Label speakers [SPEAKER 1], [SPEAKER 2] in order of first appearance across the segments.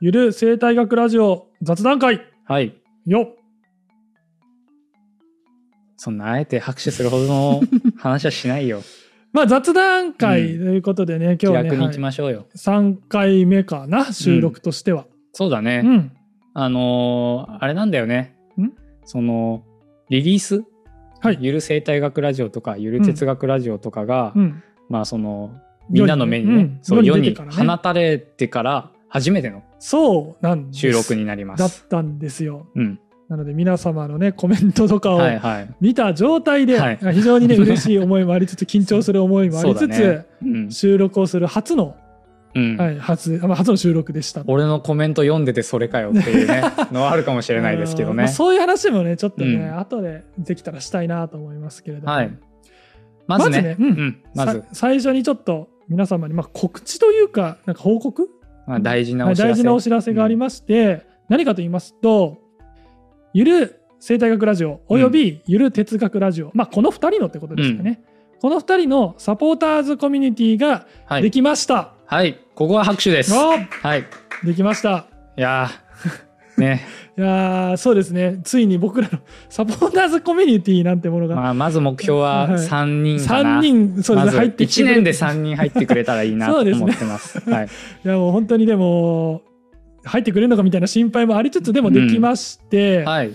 [SPEAKER 1] ゆる生態学ラジオ雑談会
[SPEAKER 2] はい。
[SPEAKER 1] よっ
[SPEAKER 2] そんなあえて拍手するほどの話はしないよ。
[SPEAKER 1] まあ雑談会ということでね、
[SPEAKER 2] 気
[SPEAKER 1] 今日は
[SPEAKER 2] 楽
[SPEAKER 1] ね、
[SPEAKER 2] に行
[SPEAKER 1] は
[SPEAKER 2] き
[SPEAKER 1] い、
[SPEAKER 2] ましょうよ。
[SPEAKER 1] 3回目かな収録としては。
[SPEAKER 2] そうだね。
[SPEAKER 1] うん。
[SPEAKER 2] あのーあれなんだよね。
[SPEAKER 1] ん
[SPEAKER 2] そのリリース、
[SPEAKER 1] はい
[SPEAKER 2] ゆる生態学ラジオとかゆる哲学ラジオとかが、
[SPEAKER 1] うん
[SPEAKER 2] まあそのみんなの目にね、
[SPEAKER 1] 世にねうん
[SPEAKER 2] そ
[SPEAKER 1] 世
[SPEAKER 2] う世
[SPEAKER 1] に出
[SPEAKER 2] に
[SPEAKER 1] てからね
[SPEAKER 2] 放たれてから初めての
[SPEAKER 1] そうなんです
[SPEAKER 2] 収録になりま
[SPEAKER 1] だっ
[SPEAKER 2] す。
[SPEAKER 1] たんですよ。
[SPEAKER 2] うん、
[SPEAKER 1] なので皆様のねコメントとかを
[SPEAKER 2] はいはい。
[SPEAKER 1] 見た状態で、
[SPEAKER 2] はい
[SPEAKER 1] 非常に ね嬉しい思いもありつつ緊張する思いもありつつ、
[SPEAKER 2] そうだねうん、
[SPEAKER 1] 収録をする初の、
[SPEAKER 2] うん
[SPEAKER 1] はい、初あまあ初の収録でした。
[SPEAKER 2] 俺のコメント読んでてそれかよっていうねのはあるかもしれないですけど
[SPEAKER 1] まあ
[SPEAKER 2] ね。
[SPEAKER 1] そういう話もねちょっとね、
[SPEAKER 2] うん
[SPEAKER 1] 後でできたらしたいなと思いますけれども、
[SPEAKER 2] はい。まずね、
[SPEAKER 1] まずねうん
[SPEAKER 2] うん、まず
[SPEAKER 1] さ最初にちょっと皆様に、まあ、告知というかなんか報告
[SPEAKER 2] まあ大事な
[SPEAKER 1] は
[SPEAKER 2] お
[SPEAKER 1] い
[SPEAKER 2] 知らせ。
[SPEAKER 1] 大事なお知らせがありまして、何かと言いますとゆる生態学ラジオおよびゆる哲学ラジオ、まあ、この2人のってことですかね、この2人のサポーターズコミュニティが
[SPEAKER 2] は
[SPEAKER 1] で
[SPEAKER 2] い、
[SPEAKER 1] きました、
[SPEAKER 2] はい、ここは拍手です。は
[SPEAKER 1] お
[SPEAKER 2] い、い
[SPEAKER 1] できました
[SPEAKER 2] やー ね、
[SPEAKER 1] いやーそうですねついに僕らのサポーターズコミュニティなんてものが
[SPEAKER 2] まあまず目標
[SPEAKER 1] は
[SPEAKER 2] はい三人かな。
[SPEAKER 1] 3人そうです
[SPEAKER 2] ま
[SPEAKER 1] ね
[SPEAKER 2] ず
[SPEAKER 1] 入ってきて
[SPEAKER 2] 一
[SPEAKER 1] くれて
[SPEAKER 2] 年で三人入ってくれたらいいなと
[SPEAKER 1] そうですね
[SPEAKER 2] 思ってます。 はい、
[SPEAKER 1] いやもう本当にでも入ってくれるのかみたいな心配もありつつでもできまして、はい、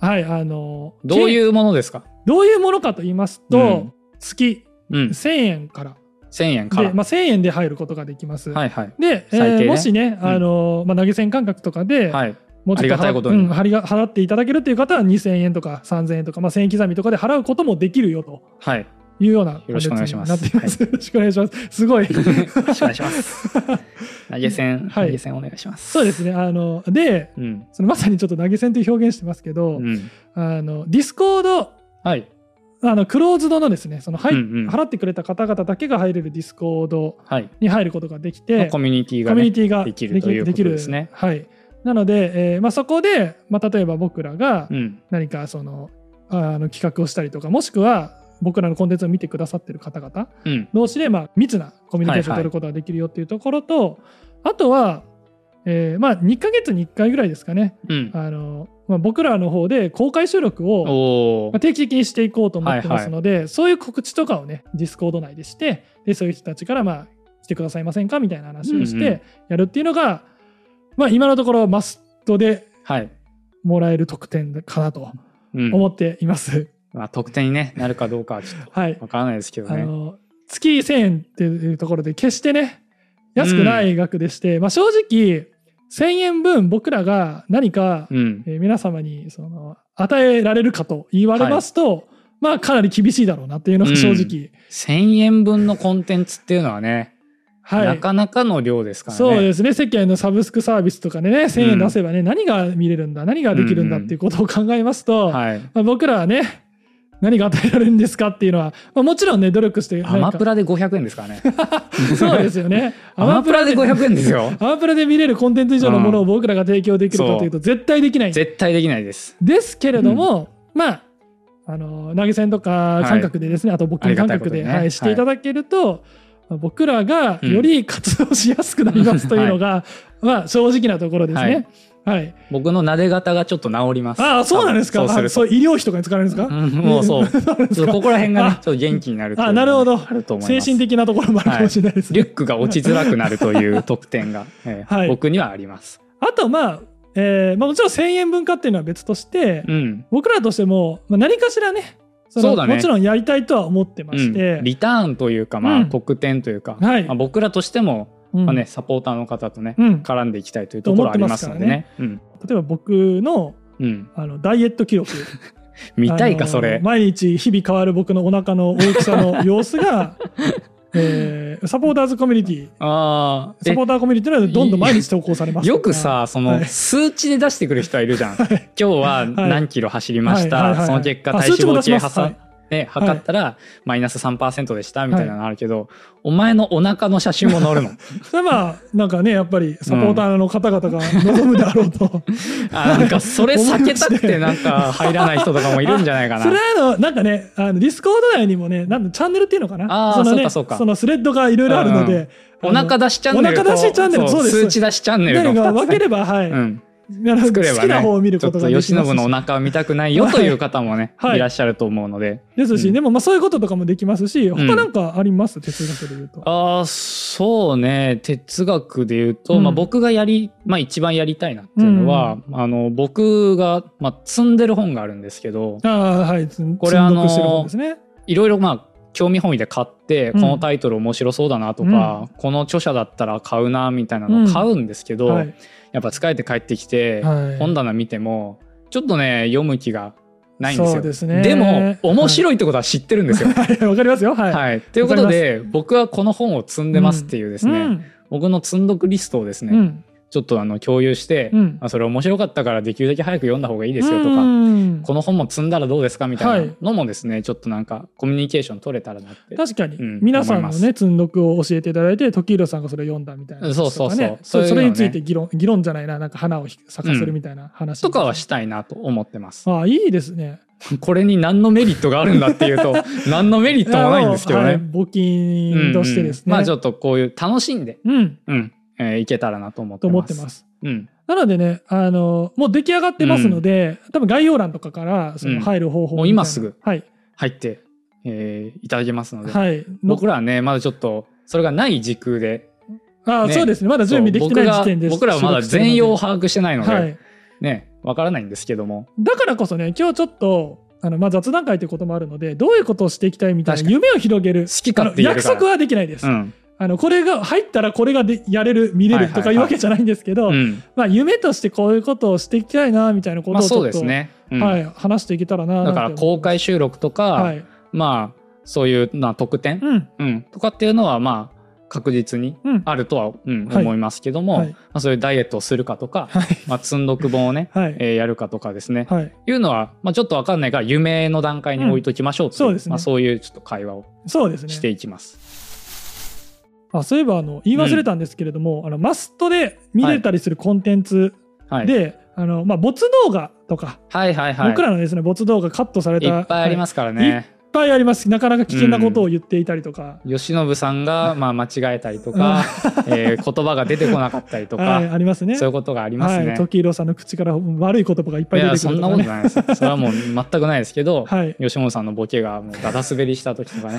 [SPEAKER 2] はい、
[SPEAKER 1] あの
[SPEAKER 2] どう
[SPEAKER 1] け
[SPEAKER 2] いうものですか。
[SPEAKER 1] どういうものかと言いますと、
[SPEAKER 2] うん
[SPEAKER 1] 月
[SPEAKER 2] うん、
[SPEAKER 1] 1000円から
[SPEAKER 2] 千円から。
[SPEAKER 1] で、まあ、1000円で入ることができます。
[SPEAKER 2] はいはい
[SPEAKER 1] で、えー
[SPEAKER 2] 最低ね
[SPEAKER 1] もしね、あのまあ、投げ銭感覚とかで、
[SPEAKER 2] はい。
[SPEAKER 1] もうちょっと
[SPEAKER 2] ありがたいこと
[SPEAKER 1] 払
[SPEAKER 2] に
[SPEAKER 1] うん払いが払っていただけるという方は2000円とか3000円とか、まあ、1000円刻みとかで払うこともできるよと
[SPEAKER 2] はい、よ
[SPEAKER 1] いうような
[SPEAKER 2] よろしくお願いします
[SPEAKER 1] なっています。よろしくお願いします。すごい。
[SPEAKER 2] ろしくお願いします。投げ銭、
[SPEAKER 1] はい
[SPEAKER 2] 投げ銭お願いします。
[SPEAKER 1] そうですね。あので
[SPEAKER 2] うん、
[SPEAKER 1] そのまさにちょっと投げ銭という表現してますけど、
[SPEAKER 2] うん、
[SPEAKER 1] あのディスコード
[SPEAKER 2] はい、
[SPEAKER 1] あのクローズドのですねその、はい
[SPEAKER 2] うんうん
[SPEAKER 1] 払ってくれた方々だけが入れるディスコード
[SPEAKER 2] はい。
[SPEAKER 1] に入ることができて
[SPEAKER 2] のコミュニティ
[SPEAKER 1] コ
[SPEAKER 2] が
[SPEAKER 1] ミュ
[SPEAKER 2] ね
[SPEAKER 1] ニ、ティが
[SPEAKER 2] できるということですね
[SPEAKER 1] できるはい、なので、えーまあ、そこで、まあ、例えば僕らが
[SPEAKER 2] うん、
[SPEAKER 1] 何かその,、あの企画をしたりとかもしくは僕らのコンテンツを見てくださってる方々
[SPEAKER 2] うん、
[SPEAKER 1] 同士で、まあ、密なコミュニケーションを
[SPEAKER 2] はいは
[SPEAKER 1] 取
[SPEAKER 2] い
[SPEAKER 1] ることができるよっていうところと、あとは、えーまあ、2ヶ月に1回ぐらいですかね
[SPEAKER 2] うん。
[SPEAKER 1] あの、まあ、僕らの方で公開収録を
[SPEAKER 2] おお
[SPEAKER 1] まあ、、定期的にしていこうと思ってますので、そういう告知とかをねディスコード内でしてでそういう人たちからまあ来てくださいませんかみたいな話をし
[SPEAKER 2] うんうん
[SPEAKER 1] てやるっていうのが、まあ、今のところマストで
[SPEAKER 2] はい。
[SPEAKER 1] もらえる特典かなと
[SPEAKER 2] うん、
[SPEAKER 1] 思っています。
[SPEAKER 2] まあ、得点に、ね、なるかどうかはちょっと
[SPEAKER 1] はい、
[SPEAKER 2] わからないですけど
[SPEAKER 1] あ
[SPEAKER 2] ね。
[SPEAKER 1] の月1000円っていうところで決してね安くない額でして、まあ、正直1000円分僕らが何か、
[SPEAKER 2] うん、
[SPEAKER 1] えー皆様にその与えられるかと言われますと、まあかなり厳しいだろうなっていうのが正直、
[SPEAKER 2] 1000円分のコンテンツっていうのはね、
[SPEAKER 1] はい、
[SPEAKER 2] なかなかの量ですからね。
[SPEAKER 1] そうですね世間のサブスクサービスとかでね1000円出せばね、何が見れるんだ何ができるんだっていうことを考えますと、
[SPEAKER 2] はい。
[SPEAKER 1] まあ、僕らはね何が与えられるんですかっていうのは、まあ、もちろんね努力して
[SPEAKER 2] アマプ
[SPEAKER 1] ラ
[SPEAKER 2] ラで500円ですからね。
[SPEAKER 1] そうですよね
[SPEAKER 2] アマプラで
[SPEAKER 1] アマプラ
[SPEAKER 2] 500円ですよ。
[SPEAKER 1] アマプラで見れるコンテンツ以上のものを
[SPEAKER 2] う
[SPEAKER 1] 僕らが提供できるかというと絶対できない
[SPEAKER 2] 絶対できないです。
[SPEAKER 1] ですけれども、まああの投げ銭とか感覚でですね、あと募金感覚で
[SPEAKER 2] ありがたいことにね
[SPEAKER 1] はい、していただけると、まあ僕らが
[SPEAKER 2] うん
[SPEAKER 1] より活動しやすくなりますというのが、まあ、正直なところですね。はい
[SPEAKER 2] 僕の撫で方がちょっと治ります。
[SPEAKER 1] ああそうなんですか
[SPEAKER 2] 多分そう
[SPEAKER 1] あ
[SPEAKER 2] す
[SPEAKER 1] そう
[SPEAKER 2] る
[SPEAKER 1] 医療費とかに使われるんです
[SPEAKER 2] と。
[SPEAKER 1] か、
[SPEAKER 2] うんも うそう。ちょっとここら辺が
[SPEAKER 1] あ
[SPEAKER 2] ね、ちょっと元気になるという
[SPEAKER 1] あなるほど
[SPEAKER 2] あると思い
[SPEAKER 1] 精
[SPEAKER 2] ます。
[SPEAKER 1] 神的なところもあるかもしれないですね。
[SPEAKER 2] リュックが落ちづらくなるという特典が、えー
[SPEAKER 1] はい
[SPEAKER 2] 僕にはあります。
[SPEAKER 1] あとまあ、えーまあ、もちろん1000円分かっていうのは別として、
[SPEAKER 2] うん。
[SPEAKER 1] 僕らとしても、まあ、何かしらねその
[SPEAKER 2] そうだね
[SPEAKER 1] もちろんやりたいとは思ってまして、
[SPEAKER 2] うん、リターンというか、まあ、
[SPEAKER 1] うん
[SPEAKER 2] 特典というか、
[SPEAKER 1] はい
[SPEAKER 2] まあ、僕らとしても、
[SPEAKER 1] うん
[SPEAKER 2] まあね、サポーターの方とね、
[SPEAKER 1] うん
[SPEAKER 2] 絡んでいきたいというところはありますのでね。うん
[SPEAKER 1] 例えば僕の
[SPEAKER 2] うん、
[SPEAKER 1] あのダイエット記録
[SPEAKER 2] 見たいか、
[SPEAKER 1] あの
[SPEAKER 2] それ。
[SPEAKER 1] 毎日日々変わる僕のお腹の大きさの様子が、 えーサポーターズコミュニティ
[SPEAKER 2] あ
[SPEAKER 1] サポ
[SPEAKER 2] ー
[SPEAKER 1] ーターコミュニティなどでどんどん毎日投稿されま
[SPEAKER 2] え
[SPEAKER 1] す
[SPEAKER 2] よくさ、そ
[SPEAKER 1] は
[SPEAKER 2] の
[SPEAKER 1] い
[SPEAKER 2] 数値で出してくる人はいるじゃん。今日は何キロ走りま
[SPEAKER 1] は
[SPEAKER 2] し
[SPEAKER 1] いはいはい
[SPEAKER 2] た。
[SPEAKER 1] はい
[SPEAKER 2] その結果、
[SPEAKER 1] あ
[SPEAKER 2] 体
[SPEAKER 1] 数値も出
[SPEAKER 2] 脂肪
[SPEAKER 1] し
[SPEAKER 2] 計
[SPEAKER 1] ますは
[SPEAKER 2] 挟
[SPEAKER 1] い
[SPEAKER 2] ね、測ったらマイナス3%でしたみたいなのあるけど、お前のお腹の写真も載 るの
[SPEAKER 1] それはまあなんかねやっぱりサポーターの方々が望むであろうと、
[SPEAKER 2] あなんかそれ避けたくてなんか入らない人とかもいるんじゃないか な
[SPEAKER 1] それはあのなんかねあのディスコード内にもねなんだチャンネルっていうのかな
[SPEAKER 2] あー
[SPEAKER 1] のね
[SPEAKER 2] そうかそうか
[SPEAKER 1] のスレッドがいろいろあるので、
[SPEAKER 2] お
[SPEAKER 1] あの
[SPEAKER 2] 腹出しチャンネルと
[SPEAKER 1] お腹出しチャンネルそうです
[SPEAKER 2] 数値出しチャンネル
[SPEAKER 1] 誰
[SPEAKER 2] の
[SPEAKER 1] が
[SPEAKER 2] 2
[SPEAKER 1] 分
[SPEAKER 2] つね
[SPEAKER 1] ければはい、
[SPEAKER 2] うん、
[SPEAKER 1] あの
[SPEAKER 2] 作ればね
[SPEAKER 1] 好きな方を見る
[SPEAKER 2] ちょ
[SPEAKER 1] こ
[SPEAKER 2] っ
[SPEAKER 1] と
[SPEAKER 2] と
[SPEAKER 1] ができます
[SPEAKER 2] 吉信のお腹を見たくないよという方もね、、
[SPEAKER 1] はいはいい
[SPEAKER 2] らっしゃると思うので
[SPEAKER 1] ですし、
[SPEAKER 2] うん
[SPEAKER 1] でもまあそういうこととかもできますし他
[SPEAKER 2] うん
[SPEAKER 1] なんかあります、哲学で言うと。
[SPEAKER 2] ああそうね哲学で言うと、
[SPEAKER 1] うん
[SPEAKER 2] まあ、僕がやり、まあ、一番やりたいなっていうのは、あの僕が、まあ、積んでる本があるんですけど
[SPEAKER 1] ああはいつ
[SPEAKER 2] これあの
[SPEAKER 1] 積んどくしてる方ですね。
[SPEAKER 2] いろいろまあ興味本位で買って、
[SPEAKER 1] うん
[SPEAKER 2] このタイトル面白そうだなとか、この著者だったら買うなみたいなのを買うんですけど、
[SPEAKER 1] はい
[SPEAKER 2] やっぱ疲れて帰ってきて、
[SPEAKER 1] はい
[SPEAKER 2] 本棚見てもちょっとね読む気がないんです
[SPEAKER 1] そ
[SPEAKER 2] よ
[SPEAKER 1] うですね
[SPEAKER 2] も面白いってことは知ってるんですよ。
[SPEAKER 1] はいわかりますよ。はい。
[SPEAKER 2] はい、ということで僕はこの本を積んでますっていうですね、
[SPEAKER 1] うん
[SPEAKER 2] 僕の積んどくリストをですね、
[SPEAKER 1] うん
[SPEAKER 2] ちょっとあの共有して、
[SPEAKER 1] うん
[SPEAKER 2] あそれ面白かったからできるだけ早く読んだ方がいいですよとか、
[SPEAKER 1] うん
[SPEAKER 2] この本も積んだらどうですかみたい
[SPEAKER 1] は
[SPEAKER 2] ないのもですね、ちょっとなんかコミュニケーション取れたらなって。
[SPEAKER 1] 確かに、
[SPEAKER 2] うん
[SPEAKER 1] 皆さんの
[SPEAKER 2] 思います
[SPEAKER 1] ね積んどくを教えていただいて時宏さんがそれを読んだみたいなやつとかね
[SPEAKER 2] そうそうそう
[SPEAKER 1] そ
[SPEAKER 2] そういうのね
[SPEAKER 1] れについて議論議論じゃないななんか花をひ咲かせるみたいな話、
[SPEAKER 2] とかはしたいなと思ってます。
[SPEAKER 1] ああいいですね。
[SPEAKER 2] これに何のメリットがあるんだってい うと何のメリットもないんですけど
[SPEAKER 1] あのは
[SPEAKER 2] ね。
[SPEAKER 1] い募金としてですね。
[SPEAKER 2] うんうんまあちょ
[SPEAKER 1] っ
[SPEAKER 2] っとこういう楽しんで、
[SPEAKER 1] と、うん、
[SPEAKER 2] うんえーいけたらなと思っ
[SPEAKER 1] と
[SPEAKER 2] てます。。
[SPEAKER 1] 思ってますす。
[SPEAKER 2] うん、
[SPEAKER 1] なのでね、あのもう出来上がってますので、多分概要欄とかからそ
[SPEAKER 2] うん
[SPEAKER 1] の入る方法みたいな
[SPEAKER 2] もう今すぐ
[SPEAKER 1] はい、
[SPEAKER 2] 入って、えーいただけますので、
[SPEAKER 1] はい、
[SPEAKER 2] 僕らはねまだちょっとそれがない時空で
[SPEAKER 1] あ、
[SPEAKER 2] ね
[SPEAKER 1] そうですね、まだ準備できてない時点です。
[SPEAKER 2] そう僕が僕らはまだ全容を把握してないので、
[SPEAKER 1] はい、
[SPEAKER 2] ねわからないんですけども
[SPEAKER 1] だからこそね、今日ちょっとあの、まあ、雑談会ということもあるので、どういうことをしていきたいみたい
[SPEAKER 2] 確
[SPEAKER 1] な
[SPEAKER 2] かに
[SPEAKER 1] 夢を広げる、
[SPEAKER 2] 好き勝手
[SPEAKER 1] あの
[SPEAKER 2] 言える
[SPEAKER 1] 約
[SPEAKER 2] から
[SPEAKER 1] 束はできないです。
[SPEAKER 2] うん
[SPEAKER 1] あのこれが入ったらこれがでやれる、見れ
[SPEAKER 2] はい
[SPEAKER 1] る
[SPEAKER 2] はいは
[SPEAKER 1] と
[SPEAKER 2] い
[SPEAKER 1] かいうわけじゃないんですけど、
[SPEAKER 2] うん
[SPEAKER 1] まあ、夢としてこういうことをしていきたいなみたいなこと
[SPEAKER 2] ま
[SPEAKER 1] を
[SPEAKER 2] あ
[SPEAKER 1] ち
[SPEAKER 2] そう
[SPEAKER 1] ょっ
[SPEAKER 2] です
[SPEAKER 1] と、
[SPEAKER 2] ね、うん
[SPEAKER 1] はい、話していけたらな
[SPEAKER 2] だから公開収録とか、
[SPEAKER 1] 開はい
[SPEAKER 2] まあそういうな特典、
[SPEAKER 1] うん
[SPEAKER 2] うんとかっていうのはまあ確実に
[SPEAKER 1] うん
[SPEAKER 2] あるとは、うん
[SPEAKER 1] はい
[SPEAKER 2] 思いますけども、
[SPEAKER 1] はい
[SPEAKER 2] まあ、そういうダイエットをするかとか、
[SPEAKER 1] はい
[SPEAKER 2] まあ、積んどく本をね、
[SPEAKER 1] はい
[SPEAKER 2] えーやるかとかですね、
[SPEAKER 1] はい、
[SPEAKER 2] い、うのは、まあ、ちょっとわかんないから夢の段階に置いときましょう
[SPEAKER 1] う
[SPEAKER 2] とい
[SPEAKER 1] んそうですね
[SPEAKER 2] まあ、そういうちょっと会話を
[SPEAKER 1] そうですね
[SPEAKER 2] していきます。
[SPEAKER 1] あそういえばあの言い忘れたんですけれども、あのマストで見れたりするコンテンツ
[SPEAKER 2] はい、
[SPEAKER 1] で、あのまあ、没動画とか、
[SPEAKER 2] はいはいはい
[SPEAKER 1] 僕らのですね没動画カットされた、
[SPEAKER 2] いっぱいありますすからね、
[SPEAKER 1] はいいっぱいありますなかなか危険なことを言っていたりとか、
[SPEAKER 2] 吉信さんがまあ間違えたりとか、えー言葉が出てこなかったりとか、
[SPEAKER 1] はい、ありますね
[SPEAKER 2] そういうことがありますね。
[SPEAKER 1] はい、時宏さんの口から悪い言葉がいっぱい
[SPEAKER 2] い
[SPEAKER 1] 出
[SPEAKER 2] や
[SPEAKER 1] てく
[SPEAKER 2] そ
[SPEAKER 1] る
[SPEAKER 2] ん
[SPEAKER 1] とか
[SPEAKER 2] なこと
[SPEAKER 1] ね
[SPEAKER 2] ないです それはもう全くないですけど、
[SPEAKER 1] はい
[SPEAKER 2] 吉本さんのボケがもうダダ滑りした時と かね、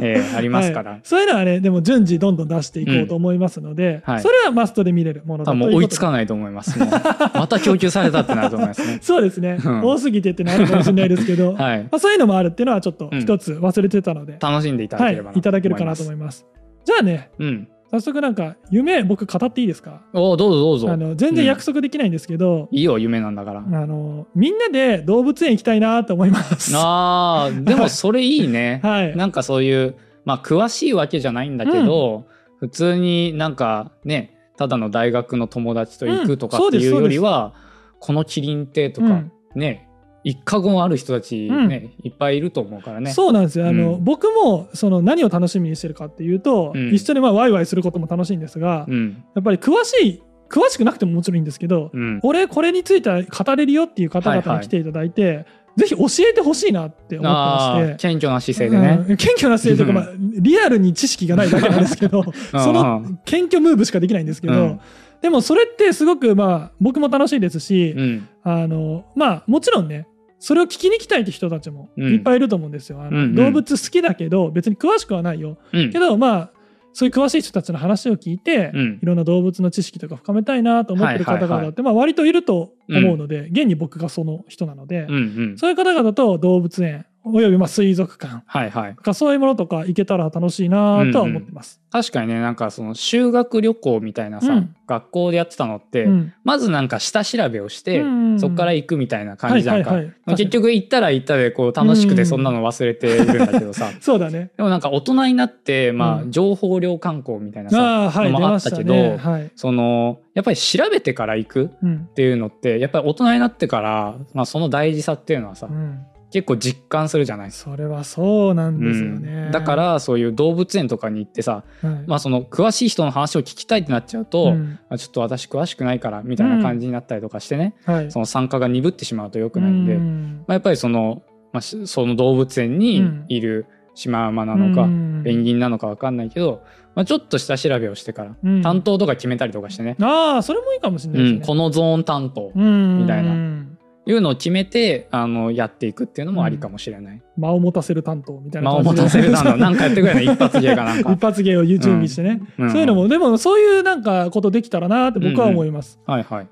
[SPEAKER 2] えーありますから、
[SPEAKER 1] はいそういうのはねでも順次どんどん出していこうと思いますので、
[SPEAKER 2] うんはい
[SPEAKER 1] それはマストで見れるものだ
[SPEAKER 2] 多分も
[SPEAKER 1] と
[SPEAKER 2] う
[SPEAKER 1] いう
[SPEAKER 2] 追
[SPEAKER 1] こ
[SPEAKER 2] い
[SPEAKER 1] と
[SPEAKER 2] つ
[SPEAKER 1] で
[SPEAKER 2] かないと思 いますもうまた供給されたってなると思いますね
[SPEAKER 1] そうですね、
[SPEAKER 2] うん
[SPEAKER 1] 多すぎてってなるかもしれないですけど、
[SPEAKER 2] はい
[SPEAKER 1] まあ、そういうのもあるっていうのはちょっと
[SPEAKER 2] うん
[SPEAKER 1] 一つ忘れてたので、
[SPEAKER 2] 楽しんでいただ
[SPEAKER 1] は
[SPEAKER 2] け
[SPEAKER 1] い
[SPEAKER 2] ればな、
[SPEAKER 1] いただけるかなと思いますじゃあね
[SPEAKER 2] ますうん
[SPEAKER 1] 早速なんか夢僕語っていいですか
[SPEAKER 2] おどうぞどうぞ
[SPEAKER 1] あの全然約束できないんですけど、
[SPEAKER 2] いいよ夢なんだから
[SPEAKER 1] あのみんなで動物園行きたいなと思います。は
[SPEAKER 2] あーでもそれい いね、
[SPEAKER 1] い、
[SPEAKER 2] なんかそういうまあ詳しいわけじゃないんだけど、普通になんかねただの大学の友達と行くとか
[SPEAKER 1] うんそ
[SPEAKER 2] っ
[SPEAKER 1] う
[SPEAKER 2] て
[SPEAKER 1] です
[SPEAKER 2] いうよりは、このキリンってとか、
[SPEAKER 1] うん
[SPEAKER 2] ね一過言ある人たち
[SPEAKER 1] うん
[SPEAKER 2] ね、いっぱいいると思うからね
[SPEAKER 1] そうなんですよあの、
[SPEAKER 2] うん
[SPEAKER 1] 僕もその何を楽しみにしてるかっていうと、
[SPEAKER 2] うん
[SPEAKER 1] 一緒にまあワイワイすることも楽しいんですが、
[SPEAKER 2] うん
[SPEAKER 1] やっぱり詳しい詳しくなくてももちろんいいんですけど、
[SPEAKER 2] うん
[SPEAKER 1] 俺これについては語れるよっていう方
[SPEAKER 2] はい
[SPEAKER 1] 々
[SPEAKER 2] はい
[SPEAKER 1] に来ていただいて、ぜひ教えてほしいなって思って
[SPEAKER 2] あ
[SPEAKER 1] ま
[SPEAKER 2] ー
[SPEAKER 1] して。
[SPEAKER 2] 謙虚な姿勢でね、
[SPEAKER 1] うん謙虚な姿勢というか、まあ、リアルに知識がないだけなんですけ どその謙虚ムーブしかできないんですけど、
[SPEAKER 2] うん
[SPEAKER 1] でもそれってすごくまあ僕も楽しいですし、
[SPEAKER 2] うん
[SPEAKER 1] あのまあもちろんねそれを聞きに来たいって人たちも
[SPEAKER 2] うん
[SPEAKER 1] いっぱいいると思うんですよ。あの
[SPEAKER 2] うんうん
[SPEAKER 1] 動物好きだけど別に詳しくはないよ。
[SPEAKER 2] うん
[SPEAKER 1] けどまあそういう詳しい人たちの話を聞いて、
[SPEAKER 2] うん
[SPEAKER 1] いろんな動物の知識とか深めたいなと思ってる
[SPEAKER 2] はい
[SPEAKER 1] 方
[SPEAKER 2] はいはい
[SPEAKER 1] 々って、まあ、割といると思うので、現に僕がその人なので、
[SPEAKER 2] うんうん
[SPEAKER 1] そういう方々と動物園およびまあ水族館
[SPEAKER 2] はいはい
[SPEAKER 1] とかそういうものとか行けたら楽しいなとは思ってます。
[SPEAKER 2] 確かにねなんかその修学旅行みたいなさ、
[SPEAKER 1] うん
[SPEAKER 2] 学校でやってたのって、
[SPEAKER 1] うん
[SPEAKER 2] まずなんか下調べをして、
[SPEAKER 1] うん
[SPEAKER 2] そこから行くみたいな感じじゃんか、
[SPEAKER 1] はいはいはい
[SPEAKER 2] まあ結局行ったら行ったでこう楽しくてそんなの忘れているんだけどさ、
[SPEAKER 1] そうだね。
[SPEAKER 2] でもなんか大人になって、まあ
[SPEAKER 1] う、ん
[SPEAKER 2] 情報量観光みたいなさ、
[SPEAKER 1] ああはい
[SPEAKER 2] の
[SPEAKER 1] 出
[SPEAKER 2] もあ
[SPEAKER 1] ま
[SPEAKER 2] っ
[SPEAKER 1] したた
[SPEAKER 2] けど
[SPEAKER 1] ね。はい
[SPEAKER 2] そのやっぱり調べてから行くっ
[SPEAKER 1] うん
[SPEAKER 2] ていうのってやっぱり大人になってから、まあ、その大事さっていうのはさ、
[SPEAKER 1] うん
[SPEAKER 2] 結構実感するじゃないですか。
[SPEAKER 1] それはそうなんですよね。
[SPEAKER 2] うんだか、らそういう動物園とかに行ってさ、
[SPEAKER 1] はい
[SPEAKER 2] まあ、その詳しい人の話を聞きたいってなっちゃう
[SPEAKER 1] う
[SPEAKER 2] と、
[SPEAKER 1] ん
[SPEAKER 2] あちょっと私詳しくないからみたいな感じになったりとかしてね、
[SPEAKER 1] はい、
[SPEAKER 2] その参加が鈍ってしまうと良くないんで、
[SPEAKER 1] う
[SPEAKER 2] ま
[SPEAKER 1] ん
[SPEAKER 2] あ、やっぱりその,、まあ、しその動物園にいるシマウマなのか、
[SPEAKER 1] うん
[SPEAKER 2] ペンギンなのか分かんないけど、まあ、ちょっと下調べをしてから
[SPEAKER 1] うん
[SPEAKER 2] 担当とか決めたりとかしてね、
[SPEAKER 1] ああそれもいいかもしれ
[SPEAKER 2] う
[SPEAKER 1] ない
[SPEAKER 2] ん
[SPEAKER 1] です
[SPEAKER 2] こ
[SPEAKER 1] ね。
[SPEAKER 2] のゾーン担当
[SPEAKER 1] うん
[SPEAKER 2] みたいな
[SPEAKER 1] うん
[SPEAKER 2] いうのを決めてあのやっていくっていうのもありかもしれない。
[SPEAKER 1] 間を持たせる担当みたいな
[SPEAKER 2] 間を
[SPEAKER 1] 感じで
[SPEAKER 2] 持たせるなの なんかやってくれない一発芸かなんか
[SPEAKER 1] 一。発芸を YouTube にしてね、
[SPEAKER 2] うん
[SPEAKER 1] そういうのもでもそういうなんかことできたらなって僕は思います、
[SPEAKER 2] はいはい。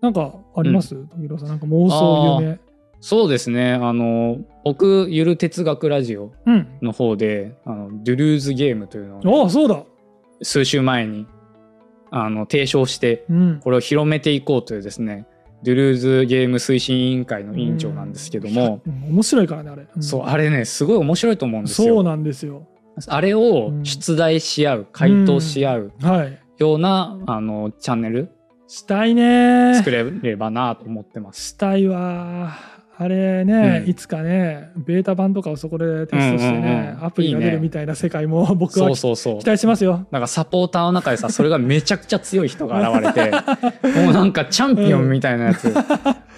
[SPEAKER 1] なんかあります、時郎さんなんか妄想夢
[SPEAKER 2] そうですね。あの僕ゆる哲学ラジオ
[SPEAKER 1] うん
[SPEAKER 2] の方であのドゥルーズゲームというのをね、
[SPEAKER 1] ああそうだ
[SPEAKER 2] 数週前にあの提唱して
[SPEAKER 1] うん
[SPEAKER 2] これを広めていこうというですねドゥルーズゲーム推進委員会の委員長なんですけども、
[SPEAKER 1] うん面白いからねあれ、ん
[SPEAKER 2] そうあれねすごい面白いと思うんですよ。
[SPEAKER 1] そうなんですよ
[SPEAKER 2] あれを出題し合う、回答し合う
[SPEAKER 1] はい
[SPEAKER 2] ような、あのチャンネル
[SPEAKER 1] したいね
[SPEAKER 2] 作れればなと思ってます。
[SPEAKER 1] したいわあれね、
[SPEAKER 2] うん
[SPEAKER 1] いつかねベータ版とかをそこでテストしてね、
[SPEAKER 2] うんうんうん
[SPEAKER 1] アプリが出
[SPEAKER 2] いい
[SPEAKER 1] る
[SPEAKER 2] ね
[SPEAKER 1] みたいな世界も僕は
[SPEAKER 2] そうそうそう
[SPEAKER 1] 期。待します よ
[SPEAKER 2] なんかサポーターの中でさそれがめちゃくちゃ強い人が現れ てもうなんかチャンピオンみたいなやつ、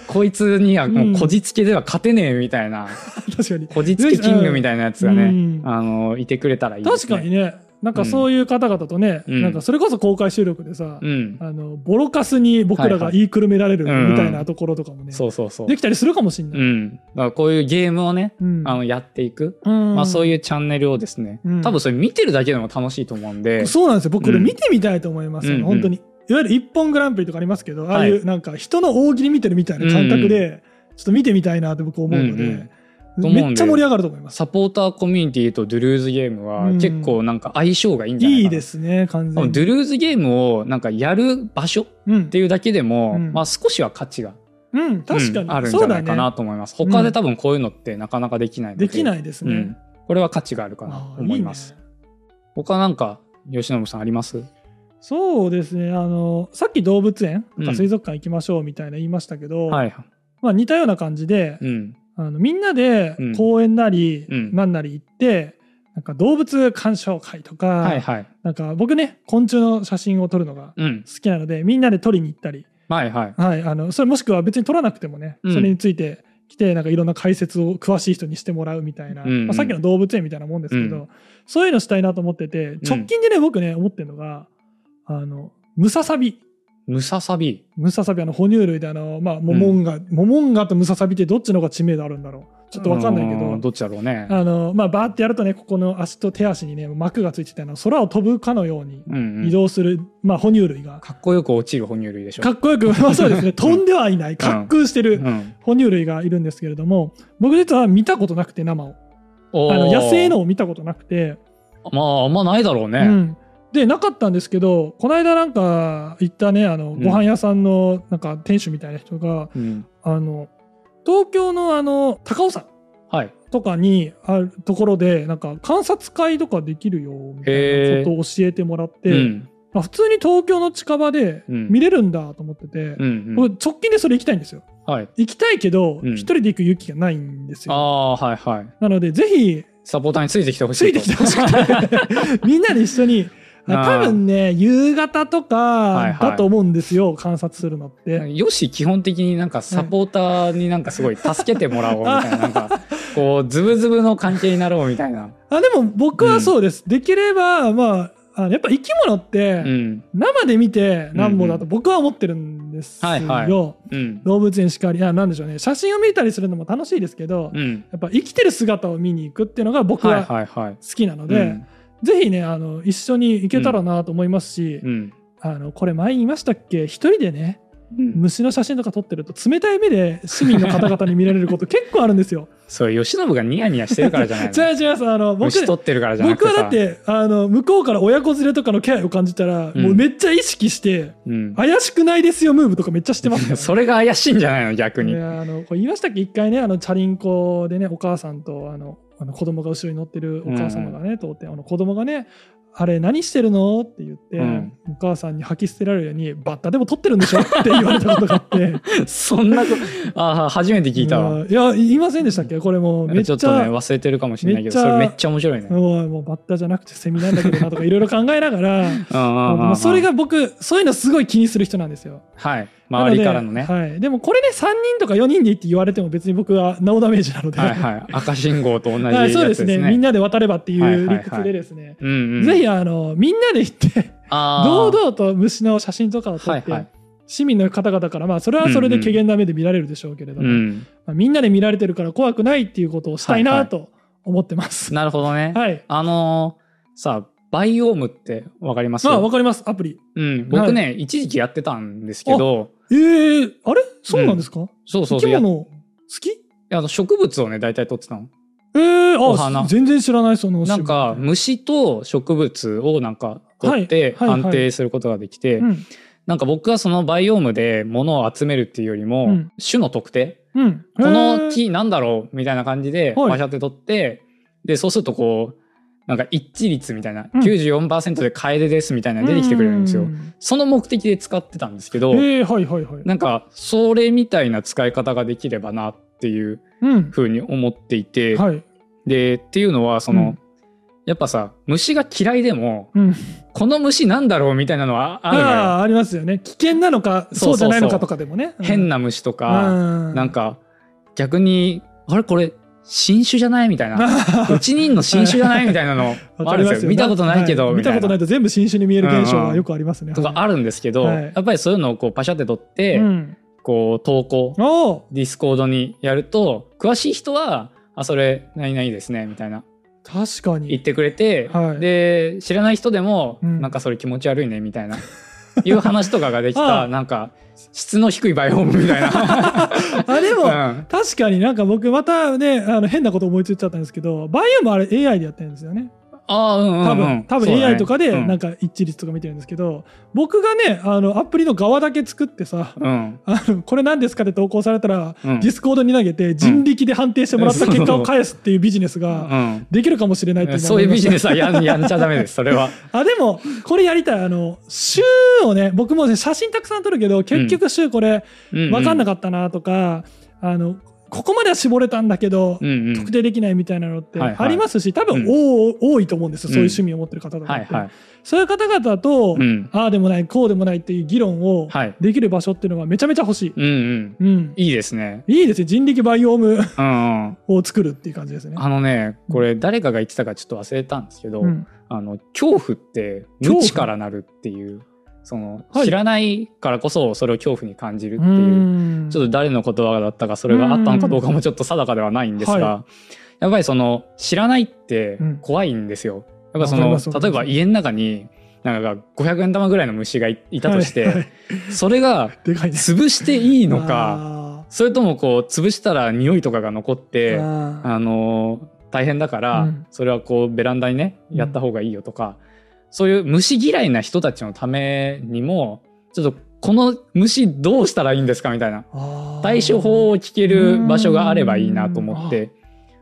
[SPEAKER 2] こいつにはもうこじつけでは勝てねえみたいな、
[SPEAKER 1] 確かに
[SPEAKER 2] こじつけキングみたいなやつがね、
[SPEAKER 1] うん
[SPEAKER 2] あのいてくれたらいいです
[SPEAKER 1] 確
[SPEAKER 2] ね。
[SPEAKER 1] かにねなんかそういう方々とね、
[SPEAKER 2] うん
[SPEAKER 1] なんかそれこそ公開収録でさ、
[SPEAKER 2] うん、
[SPEAKER 1] あのボロカスに僕らが言いくるめられる
[SPEAKER 2] はいはい
[SPEAKER 1] みたいなところとかもね、
[SPEAKER 2] そうそうそう。
[SPEAKER 1] できたりするかもしれな
[SPEAKER 2] う
[SPEAKER 1] い。
[SPEAKER 2] ん、だからこういうゲームをね、
[SPEAKER 1] うん
[SPEAKER 2] あのやっていく、
[SPEAKER 1] うん
[SPEAKER 2] まあ、そういうチャンネルをですね、
[SPEAKER 1] うん
[SPEAKER 2] 多分それ見てるだけでも楽しいと思うんで、
[SPEAKER 1] そうなんですよ僕これ
[SPEAKER 2] うん
[SPEAKER 1] 見てみたいと思います、
[SPEAKER 2] うんうん
[SPEAKER 1] 本当にいわゆる「一本グランプリ」とかありますけど、ああい
[SPEAKER 2] は
[SPEAKER 1] うなんか人の大喜利見てるみたいな感覚で、ちょっと見てみたいなって僕思うので、
[SPEAKER 2] うんうん
[SPEAKER 1] めっちゃ盛り上がると思います。
[SPEAKER 2] サポーターコミュニティとドゥルーズゲームは
[SPEAKER 1] うん
[SPEAKER 2] 結構なんか相性がいいんじゃないかな。
[SPEAKER 1] いいですね完
[SPEAKER 2] 多
[SPEAKER 1] 全
[SPEAKER 2] 分
[SPEAKER 1] に
[SPEAKER 2] ド。ゥルーズゲームをなんかやる場所っ
[SPEAKER 1] うん
[SPEAKER 2] ていうだけでも、
[SPEAKER 1] うん
[SPEAKER 2] まあ少しは価値が、
[SPEAKER 1] うん、確か
[SPEAKER 2] う
[SPEAKER 1] に、
[SPEAKER 2] んあるんじ
[SPEAKER 1] そ
[SPEAKER 2] ゃ
[SPEAKER 1] う
[SPEAKER 2] な
[SPEAKER 1] だ
[SPEAKER 2] いか
[SPEAKER 1] ね
[SPEAKER 2] なと思います。他で多分こういうのってなかなかできないので。
[SPEAKER 1] できないいですね。
[SPEAKER 2] これは価値があるかな
[SPEAKER 1] あ
[SPEAKER 2] と
[SPEAKER 1] あ
[SPEAKER 2] 思います。
[SPEAKER 1] ね
[SPEAKER 2] 他なんか吉野さんあります？
[SPEAKER 1] そうですねあのさっき動物園と
[SPEAKER 2] う
[SPEAKER 1] か
[SPEAKER 2] ん
[SPEAKER 1] 水族館行きましょうみたいな言いましたけど、
[SPEAKER 2] はい。
[SPEAKER 1] まあ、似たような感じで、
[SPEAKER 2] うん。
[SPEAKER 1] あのみんなで
[SPEAKER 2] うん
[SPEAKER 1] 公園なり
[SPEAKER 2] うん
[SPEAKER 1] なんなり行って、なんか動物鑑賞会とか、
[SPEAKER 2] はいはい。
[SPEAKER 1] なんか僕ね昆虫の写真を撮るのが
[SPEAKER 2] うん。
[SPEAKER 1] 好きなのでみんなで撮りに行ったり、
[SPEAKER 2] はいはい。
[SPEAKER 1] はい、あのそれもしくは別に撮らなくてもね、
[SPEAKER 2] うん
[SPEAKER 1] それについて来てなんかいろんな解説を詳しい人にしてもらうみたいな、
[SPEAKER 2] うんうん
[SPEAKER 1] まあ、さっきの動物園みたいなもんですけど、
[SPEAKER 2] う
[SPEAKER 1] そういうのしたいなと思ってて直近でね僕ね思ってるのがあのムササビ。
[SPEAKER 2] ムササビ。
[SPEAKER 1] ムササビあの哺乳類であの、まあ、モモンガ、モモンガとムササビってどっちの方が知名度あるんだろうちょっとわかんないけ
[SPEAKER 2] う
[SPEAKER 1] ど
[SPEAKER 2] どっちだろうね。
[SPEAKER 1] あの、まあ、バーってやるとねここの足と手足にね膜がついててあの空を飛ぶかのように
[SPEAKER 2] うん、うん。
[SPEAKER 1] 移動する、まあ、哺乳類が
[SPEAKER 2] かっこよく落ちる哺乳類でしょ。
[SPEAKER 1] か
[SPEAKER 2] っ
[SPEAKER 1] っこよく、まあ、そう ですね飛んではいない滑空してる
[SPEAKER 2] うん。
[SPEAKER 1] 哺乳類がいるんですけれども僕実は見たことなくて生を
[SPEAKER 2] おー
[SPEAKER 1] あの野生。のを見たことなくて、
[SPEAKER 2] まああんまないだろうね。
[SPEAKER 1] うん、でなかったんですけどこの間なんか行ったねあの
[SPEAKER 2] ん
[SPEAKER 1] ご飯屋さんのなんか店主みたいな人が、
[SPEAKER 2] うん。
[SPEAKER 1] あの東京のあの高尾山
[SPEAKER 2] はい。
[SPEAKER 1] とかにあるところでなんか観察会とかできるよみたいなことを教えてもらって、
[SPEAKER 2] うん。
[SPEAKER 1] まあ、普通に東京の近場で
[SPEAKER 2] うん
[SPEAKER 1] 見れるんだと思ってて
[SPEAKER 2] う、ん、う
[SPEAKER 1] 僕
[SPEAKER 2] ん。
[SPEAKER 1] 直近でそれ行きたいんですよ
[SPEAKER 2] はい。
[SPEAKER 1] 行きたいけど
[SPEAKER 2] うん
[SPEAKER 1] 一人で行く勇気がないんです
[SPEAKER 2] あ
[SPEAKER 1] よ、
[SPEAKER 2] あはいはい。
[SPEAKER 1] なのでぜひ
[SPEAKER 2] サポーターについてきてほしい
[SPEAKER 1] つい
[SPEAKER 2] と
[SPEAKER 1] てきてほしく てみんなで一緒に
[SPEAKER 2] あー
[SPEAKER 1] 多分ね夕方と
[SPEAKER 2] い
[SPEAKER 1] か
[SPEAKER 2] はい
[SPEAKER 1] だと思うんですよ、観察するのって、
[SPEAKER 2] よし基本的になんかサポーターになんかすごい助けてもらおうみたいななんかこうズブズブの関係になろうみたいな、
[SPEAKER 1] あでも僕はそうです、できればまああのやっぱ生き物って、
[SPEAKER 2] うん
[SPEAKER 1] 生で見てなんぼだと僕は思ってるんですよ。
[SPEAKER 2] はいはうん
[SPEAKER 1] 動物園しかり、あ、なんでしょうね。写真を見たりするのも楽しいですけど、
[SPEAKER 2] うん、
[SPEAKER 1] やっぱ生きてる姿を見に行くっていうのが僕
[SPEAKER 2] はい
[SPEAKER 1] は好
[SPEAKER 2] はいはい、
[SPEAKER 1] きなので、
[SPEAKER 2] うん
[SPEAKER 1] ぜひね、あの、一緒に行けたらなと思いますし、
[SPEAKER 2] うん
[SPEAKER 1] あの、これ前言いましたっけ一人でね、
[SPEAKER 2] うん、
[SPEAKER 1] 虫の写真とか撮ってると冷たい目で市民の方々に見られること結構あるんです よ。
[SPEAKER 2] それ吉信がニヤニヤしてるからじゃない
[SPEAKER 1] 違う
[SPEAKER 2] の
[SPEAKER 1] 違う、あの、僕、
[SPEAKER 2] 虫取ってるからじゃなく
[SPEAKER 1] 僕は
[SPEAKER 2] てさ
[SPEAKER 1] だって、あの、向こうから親子連れとかの気配を感じたら、
[SPEAKER 2] うん
[SPEAKER 1] もうめっちゃ意識して、
[SPEAKER 2] うん、
[SPEAKER 1] 怪しくないですよムーブとかめっちゃしてます から
[SPEAKER 2] それが怪しいんじゃないの逆に、
[SPEAKER 1] いやあのこれ言いましたっけ一回ねあのチャリンコでねお母さんとあのあの子供が後ろに乗ってるお母様がね、通ってあの子供がね「あれ何してるの?」って言って、
[SPEAKER 2] うん
[SPEAKER 1] お母さんに吐き捨てられるようにバッタでも取ってるんでしょって言われたことがあって
[SPEAKER 2] そんなことあー初めて 聞いたわ
[SPEAKER 1] うんいや言いませんでしたっけこれもうめっ
[SPEAKER 2] ち
[SPEAKER 1] ち
[SPEAKER 2] ょ
[SPEAKER 1] ゃ
[SPEAKER 2] っとね忘れてるかもしれないけど
[SPEAKER 1] めっち
[SPEAKER 2] そ
[SPEAKER 1] ゃ
[SPEAKER 2] れめっちゃ面白いねうん
[SPEAKER 1] おいもうバッタじゃなくてセミなんだけどなとかいろいろ考えながら
[SPEAKER 2] うんうん
[SPEAKER 1] ま
[SPEAKER 2] う
[SPEAKER 1] あ
[SPEAKER 2] ん
[SPEAKER 1] それが僕そういうのすごい気にする人なんですよ
[SPEAKER 2] はい周りからのね
[SPEAKER 1] なではい、でもこれで3人とか4人でいいって言われても別に僕はノーダメージなので、
[SPEAKER 2] はいはい赤信号と同じやつ
[SPEAKER 1] は
[SPEAKER 2] で
[SPEAKER 1] い
[SPEAKER 2] すね
[SPEAKER 1] そうですねみんなで渡ればってい
[SPEAKER 2] はいはいうはい
[SPEAKER 1] 理屈でですね、
[SPEAKER 2] うんうん
[SPEAKER 1] ぜひあのみんなで行って
[SPEAKER 2] あー
[SPEAKER 1] 堂々と虫の写真とかを撮って、
[SPEAKER 2] はいはい
[SPEAKER 1] 市民の方々からまあそれはそれで怪げな目で見られるでしょうけれども、
[SPEAKER 2] うん
[SPEAKER 1] まあ、みんなで見られてるから怖くないっていうことをしたいなと思ってます。 はい、
[SPEAKER 2] なるほどねあのーさバイオームってわかります
[SPEAKER 1] まあわかりますアプリ。
[SPEAKER 2] うん、僕ね、一時期やってたんですけど
[SPEAKER 1] えー、あれそうなんですか、
[SPEAKER 2] そうそ
[SPEAKER 1] 生
[SPEAKER 2] うそう
[SPEAKER 1] き
[SPEAKER 2] いやい
[SPEAKER 1] 物好き
[SPEAKER 2] やあの植物をね大体取ってたの
[SPEAKER 1] えー、あ
[SPEAKER 2] お花
[SPEAKER 1] 全然知らないその
[SPEAKER 2] なんか虫と植物をなんか取って
[SPEAKER 1] はいはいはい
[SPEAKER 2] 判定することができて、
[SPEAKER 1] うん
[SPEAKER 2] なんか僕はそのバイオームで物を集めるっていうよりも、
[SPEAKER 1] うん
[SPEAKER 2] 種の特定
[SPEAKER 1] うん、
[SPEAKER 2] この
[SPEAKER 1] へー
[SPEAKER 2] 木なんだろうみたいな感じで
[SPEAKER 1] はい
[SPEAKER 2] パシャって取ってでそうするとこうなんか一致率みたいな、
[SPEAKER 1] うん
[SPEAKER 2] 94%でカエデですみたいなの出てきてくれるんですよ、
[SPEAKER 1] うん
[SPEAKER 2] その目的で使ってたんですけど、
[SPEAKER 1] えー、はいはいはい。
[SPEAKER 2] なんかそれみたいな使い方ができればなっていう
[SPEAKER 1] うん。
[SPEAKER 2] ふうに思っていて、
[SPEAKER 1] はい。
[SPEAKER 2] でっていうのはその、
[SPEAKER 1] うん
[SPEAKER 2] やっぱさ虫が嫌いでも
[SPEAKER 1] うん、
[SPEAKER 2] この虫なんだろうみたいなのはあるのよ、
[SPEAKER 1] あーありますよね。危険なのか、
[SPEAKER 2] そ
[SPEAKER 1] そう
[SPEAKER 2] そうそう
[SPEAKER 1] うじゃないのかとかでもね。
[SPEAKER 2] 変
[SPEAKER 1] な、
[SPEAKER 2] な虫とか、
[SPEAKER 1] な
[SPEAKER 2] なんか逆にあれこれ新種じゃないみたいな
[SPEAKER 1] わ
[SPEAKER 2] 一人の新種じゃないみたいなの もあ
[SPEAKER 1] か
[SPEAKER 2] る
[SPEAKER 1] り
[SPEAKER 2] ん
[SPEAKER 1] ま
[SPEAKER 2] ですすよ見たことないけど、
[SPEAKER 1] は
[SPEAKER 2] み
[SPEAKER 1] 見
[SPEAKER 2] た
[SPEAKER 1] た
[SPEAKER 2] い
[SPEAKER 1] ことな
[SPEAKER 2] ない
[SPEAKER 1] と全部新種に見える現象
[SPEAKER 2] うんう
[SPEAKER 1] は
[SPEAKER 2] ん
[SPEAKER 1] よくありますね。
[SPEAKER 2] とかあるんですけど、
[SPEAKER 1] はい
[SPEAKER 2] やっぱりそういうのをこうパシャって取って、
[SPEAKER 1] うん、
[SPEAKER 2] こう投稿
[SPEAKER 1] おお
[SPEAKER 2] ディスコードにやると詳しい人は「あそれ何々ですね」みたいな
[SPEAKER 1] 確か
[SPEAKER 2] 言っ
[SPEAKER 1] に。
[SPEAKER 2] てくれて、
[SPEAKER 1] はい
[SPEAKER 2] で知らない人でも、
[SPEAKER 1] うん
[SPEAKER 2] なんかそれ気持ち悪いねみたいな いう話とかができ た
[SPEAKER 1] ああ
[SPEAKER 2] なんか質の低いバイオームみたいな。
[SPEAKER 1] あでも、
[SPEAKER 2] うん
[SPEAKER 1] 確かになんか僕またねあの変なこと思いついちゃったんですけどバイオもあれ AI でやってるんですよね
[SPEAKER 2] ああうんうんうん
[SPEAKER 1] 多分、多
[SPEAKER 2] そう
[SPEAKER 1] 分
[SPEAKER 2] だね
[SPEAKER 1] AI とかで
[SPEAKER 2] うん
[SPEAKER 1] なんか一致率とか見てるんですけど、僕がねあのアプリの側だけ作ってさ
[SPEAKER 2] うん
[SPEAKER 1] あのこれ何ですかって投稿されたら、
[SPEAKER 2] うん
[SPEAKER 1] ディスコードに投げて人力で判定してもらった結果を返すっていうビジネス
[SPEAKER 2] う
[SPEAKER 1] が
[SPEAKER 2] ん
[SPEAKER 1] できるかもしれないって今
[SPEAKER 2] そう
[SPEAKER 1] 思
[SPEAKER 2] いう
[SPEAKER 1] ま
[SPEAKER 2] ビ
[SPEAKER 1] した
[SPEAKER 2] ジネスはやんやんちゃダメですそれは。
[SPEAKER 1] あでもこれやりたいあの週をね僕もね写真たくさん撮るけど結局週これ分かんな
[SPEAKER 2] かっ
[SPEAKER 1] かったなとか、あのここまでは絞れたんだけど、
[SPEAKER 2] うんうん、
[SPEAKER 1] 特定できないみたいなのって
[SPEAKER 2] はいはい
[SPEAKER 1] ありますし、多分
[SPEAKER 2] うん
[SPEAKER 1] 多い多いと思うんですよ、
[SPEAKER 2] うん
[SPEAKER 1] そういう趣味を持ってる方とか
[SPEAKER 2] は
[SPEAKER 1] っ
[SPEAKER 2] い
[SPEAKER 1] て、
[SPEAKER 2] はい
[SPEAKER 1] そういう方々と、
[SPEAKER 2] うん
[SPEAKER 1] ああでもないこうでもないっていう議論を
[SPEAKER 2] はい
[SPEAKER 1] できる場所っていうのはめちゃめちゃ欲しい、
[SPEAKER 2] うんうん
[SPEAKER 1] うん、
[SPEAKER 2] いいですね。
[SPEAKER 1] いいですね人力バイオーム
[SPEAKER 2] うんうん
[SPEAKER 1] を作るっていう感じですね。
[SPEAKER 2] あのねこれ誰かが言ってたかちょっと忘れたんですけど、
[SPEAKER 1] うん
[SPEAKER 2] あの恐怖って無知からなるっていうその、
[SPEAKER 1] はい
[SPEAKER 2] 知らないからこそそれを恐怖に感じるって
[SPEAKER 1] う
[SPEAKER 2] いう、
[SPEAKER 1] ん
[SPEAKER 2] ちょっと誰の言葉だったかそれがあったのかどうかもちょっと定かではないんですが、
[SPEAKER 1] うん
[SPEAKER 2] やっぱりその知らないって
[SPEAKER 1] うん
[SPEAKER 2] 怖いんですよ。やっぱそ
[SPEAKER 1] わかり
[SPEAKER 2] の
[SPEAKER 1] ますわかります
[SPEAKER 2] 例えば家の中になんか500円玉ぐらいの虫がいいたとして、
[SPEAKER 1] はいはい
[SPEAKER 2] それが
[SPEAKER 1] でかいね。
[SPEAKER 2] 潰していいのか
[SPEAKER 1] あ
[SPEAKER 2] それともこう潰したら匂いとかが残っ
[SPEAKER 1] ー。
[SPEAKER 2] て
[SPEAKER 1] あー
[SPEAKER 2] あのー大変だから、
[SPEAKER 1] うん
[SPEAKER 2] それはこうベランダにねやった方がいいよとか、そういう虫嫌いな人たちのためにもちょっとこの虫どうしたらいいんですかみたいな
[SPEAKER 1] あー
[SPEAKER 2] 対処法を聞ける場所があればいいなと思って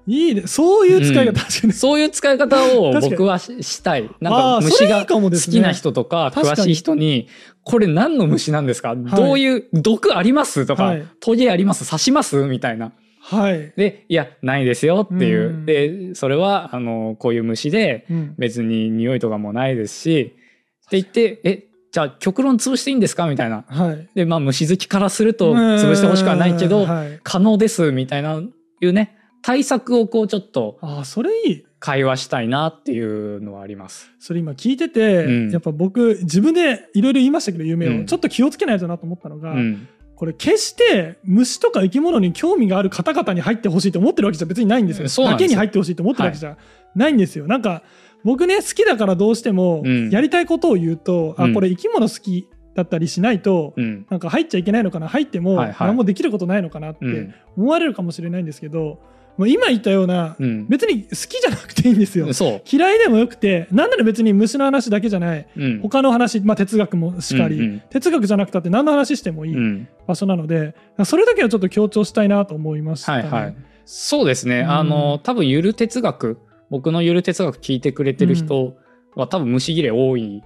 [SPEAKER 1] いいねそういう使い方、
[SPEAKER 2] うん
[SPEAKER 1] 確かに
[SPEAKER 2] そういう使い方を
[SPEAKER 1] 確かに
[SPEAKER 2] 僕はししたい
[SPEAKER 1] あ
[SPEAKER 2] なん
[SPEAKER 1] あー
[SPEAKER 2] か虫
[SPEAKER 1] それい
[SPEAKER 2] が
[SPEAKER 1] いかも
[SPEAKER 2] 好
[SPEAKER 1] ですね
[SPEAKER 2] きな人とか
[SPEAKER 1] 確かに
[SPEAKER 2] 詳しい人にこれ何の虫なんですか、どういう毒ありますとか、
[SPEAKER 1] はい
[SPEAKER 2] トゲあります刺しますみたいな
[SPEAKER 1] はい、
[SPEAKER 2] で、いや、ないですよっていう。
[SPEAKER 1] うん
[SPEAKER 2] で、それは、あの、こういう虫で、
[SPEAKER 1] うん
[SPEAKER 2] 別に匂いとかもないですし、って言って、え、じゃあ極論潰していいんですかみたいな。
[SPEAKER 1] はい、
[SPEAKER 2] で、まあ虫好きからすると潰してほしくはないけ
[SPEAKER 1] う
[SPEAKER 2] ど
[SPEAKER 1] ん、はい
[SPEAKER 2] 可能ですみたいな、いうね、対策をこうちょっと
[SPEAKER 1] あーそれいい
[SPEAKER 2] 会話したいなっていうのはあります。
[SPEAKER 1] それ今聞いてて、
[SPEAKER 2] うん
[SPEAKER 1] やっぱ僕自分でいろいろ言いましたけど夢を、
[SPEAKER 2] うん
[SPEAKER 1] ちょっと気をつけないとなと思ったのが、
[SPEAKER 2] うん。
[SPEAKER 1] これ決して虫とか生き物に興味がある方々に入ってほしいと思ってるわけじゃ別にないんですよ
[SPEAKER 2] そうなん
[SPEAKER 1] だ
[SPEAKER 2] ですよ
[SPEAKER 1] けに入ってほしいと思ってるわけじゃないんですよ、なんか僕ね好きだからどうしても
[SPEAKER 2] うん
[SPEAKER 1] やりたいことを言うと、
[SPEAKER 2] うん
[SPEAKER 1] あこれ生き物好きだったりしないと、
[SPEAKER 2] うん。
[SPEAKER 1] なんか入っちゃいけないのかな入っても
[SPEAKER 2] はいはい
[SPEAKER 1] 何もできることないのかなって
[SPEAKER 2] うん。
[SPEAKER 1] 思われるかもしれないんですけど、もう今言ったような
[SPEAKER 2] うん。
[SPEAKER 1] 別に好きじゃなくていいんですよ
[SPEAKER 2] そ。
[SPEAKER 1] 嫌いでもよくて何なら別に虫の話だけじゃないう
[SPEAKER 2] うん。
[SPEAKER 1] 他の話、まあ、哲学もしかり、
[SPEAKER 2] うん
[SPEAKER 1] 哲学じゃなくたって何の話してもいい
[SPEAKER 2] うん。うん
[SPEAKER 1] 場所なので、それだけはちょっと強調したいなと思いました、ね。
[SPEAKER 2] はいはいそうですね、
[SPEAKER 1] うん
[SPEAKER 2] あの多分ゆる哲学僕のゆる哲学聞いてくれてる人は多分虫切れ多い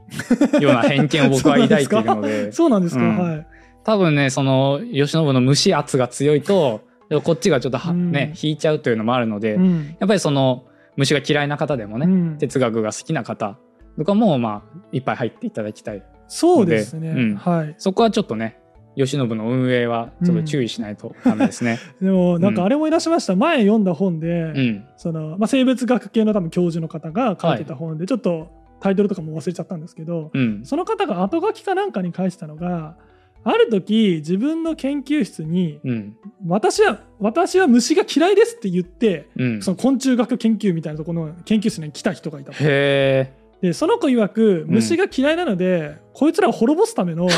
[SPEAKER 2] ような偏見を僕は抱いているの で
[SPEAKER 1] そうなんですか、
[SPEAKER 2] うん
[SPEAKER 1] はい。
[SPEAKER 2] 多分ねその慶喜の虫圧が強いとでもこっちがちょっとは、
[SPEAKER 1] うん
[SPEAKER 2] ね引いちゃうというのもあるので、
[SPEAKER 1] う
[SPEAKER 2] や
[SPEAKER 1] ん。
[SPEAKER 2] っぱりその虫が嫌いな方でもね、
[SPEAKER 1] うん
[SPEAKER 2] 哲学が好きな方とかもまあいっぱい入っていただきたい
[SPEAKER 1] そうですね、
[SPEAKER 2] うん
[SPEAKER 1] はい。
[SPEAKER 2] そこはちょっとね慶喜の運営はちょっと注意しないとダメですね。
[SPEAKER 1] でもなんかあれもいらしました、前読んだ本で、
[SPEAKER 2] うん、
[SPEAKER 1] そのまあ、生物学系の多分教授の方が書いてた本で、ちょっとタイトルとかも忘れちゃったんですけど、
[SPEAKER 2] うん、
[SPEAKER 1] その方が後書きかなんかに返したのがある時自分の研究室に
[SPEAKER 2] うん、
[SPEAKER 1] 「私は私は虫が嫌いです」って言って、
[SPEAKER 2] うん。
[SPEAKER 1] その昆虫学研究みたいなところの研究室に来た人がいたと
[SPEAKER 2] へ
[SPEAKER 1] でその子曰く
[SPEAKER 2] うん
[SPEAKER 1] 虫が嫌いなので、こいつらを滅ぼすため の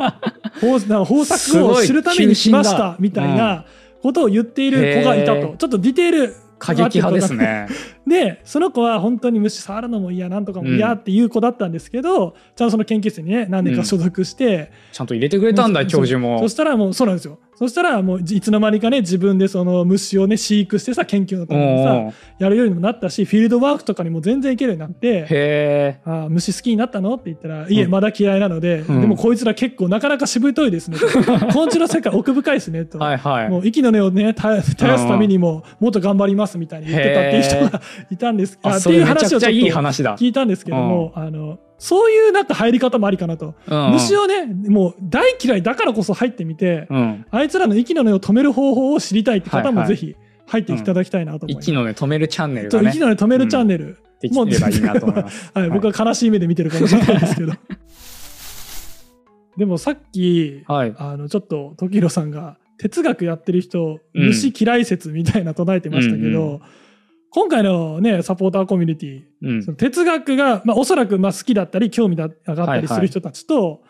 [SPEAKER 1] 方なんか方
[SPEAKER 2] す
[SPEAKER 1] 策を
[SPEAKER 2] ごい
[SPEAKER 1] 知るために来まし
[SPEAKER 2] 急進
[SPEAKER 1] た
[SPEAKER 2] だ
[SPEAKER 1] みたいなことを言っている子がいた
[SPEAKER 2] へ
[SPEAKER 1] と、
[SPEAKER 2] ー
[SPEAKER 1] ちょっとディテール
[SPEAKER 2] ー過激派ですね。
[SPEAKER 1] でその子は本当に虫触るのも嫌なんとかも嫌っていう子だったんですけど、ちゃんとその研究室にね何年か所属して、
[SPEAKER 2] ちゃんと入れてくれたんだ教授も
[SPEAKER 1] そし。たらもうそうなんですよそしたらもういつの間にかね自分でその虫をね飼育してさ研究のた
[SPEAKER 2] う
[SPEAKER 1] めにさ
[SPEAKER 2] んうん
[SPEAKER 1] やるようにもなったしフィールドワークとかにも全然行けるようになって。
[SPEAKER 2] へえ。
[SPEAKER 1] あー虫好きになったのって言ったら「いえ
[SPEAKER 2] うん
[SPEAKER 1] まだ嫌いなので、
[SPEAKER 2] うん
[SPEAKER 1] でもこいつら結構なかなかしぶとい ですね」と「昆虫の世界奥深いですね」と、
[SPEAKER 2] はいはい。
[SPEAKER 1] もう息の根をねた絶やすためにももっと頑張りますみたいに言ってたっていう人がいたんです
[SPEAKER 2] あ、
[SPEAKER 1] って
[SPEAKER 2] そ
[SPEAKER 1] いう
[SPEAKER 2] れめちゃ
[SPEAKER 1] 話
[SPEAKER 2] く
[SPEAKER 1] を
[SPEAKER 2] ち
[SPEAKER 1] ち
[SPEAKER 2] ゃ
[SPEAKER 1] ょ
[SPEAKER 2] いい
[SPEAKER 1] っと
[SPEAKER 2] 話だ。
[SPEAKER 1] 聞いたんですけども、あのそういうなんか入り方もありかなと、
[SPEAKER 2] うん
[SPEAKER 1] 虫をねもう大嫌いだからこそ入ってみて、
[SPEAKER 2] うん。
[SPEAKER 1] あいつらの息の根を止める方法を知りたいって方
[SPEAKER 2] はいは
[SPEAKER 1] も
[SPEAKER 2] い
[SPEAKER 1] ぜひ入っていただきたいなと思います。
[SPEAKER 2] 息のね止めるチャンネル
[SPEAKER 1] そ
[SPEAKER 2] が
[SPEAKER 1] う
[SPEAKER 2] ね
[SPEAKER 1] 息の根止めるチャンネル、
[SPEAKER 2] できればいいなと思います。
[SPEAKER 1] はい、
[SPEAKER 2] はい
[SPEAKER 1] 僕は悲しい目で見てるかもしれないです けどでもさっき、
[SPEAKER 2] はい。
[SPEAKER 1] あのちょっと時宏さんが哲学やってる人
[SPEAKER 2] うん
[SPEAKER 1] 虫嫌い説みたいな唱えてましたけど、
[SPEAKER 2] うんう
[SPEAKER 1] 今回のねサポーターコミュニティ
[SPEAKER 2] うん
[SPEAKER 1] その哲学が、まあ、おそらくまあ好きだったり興味だがあったりする人たちと、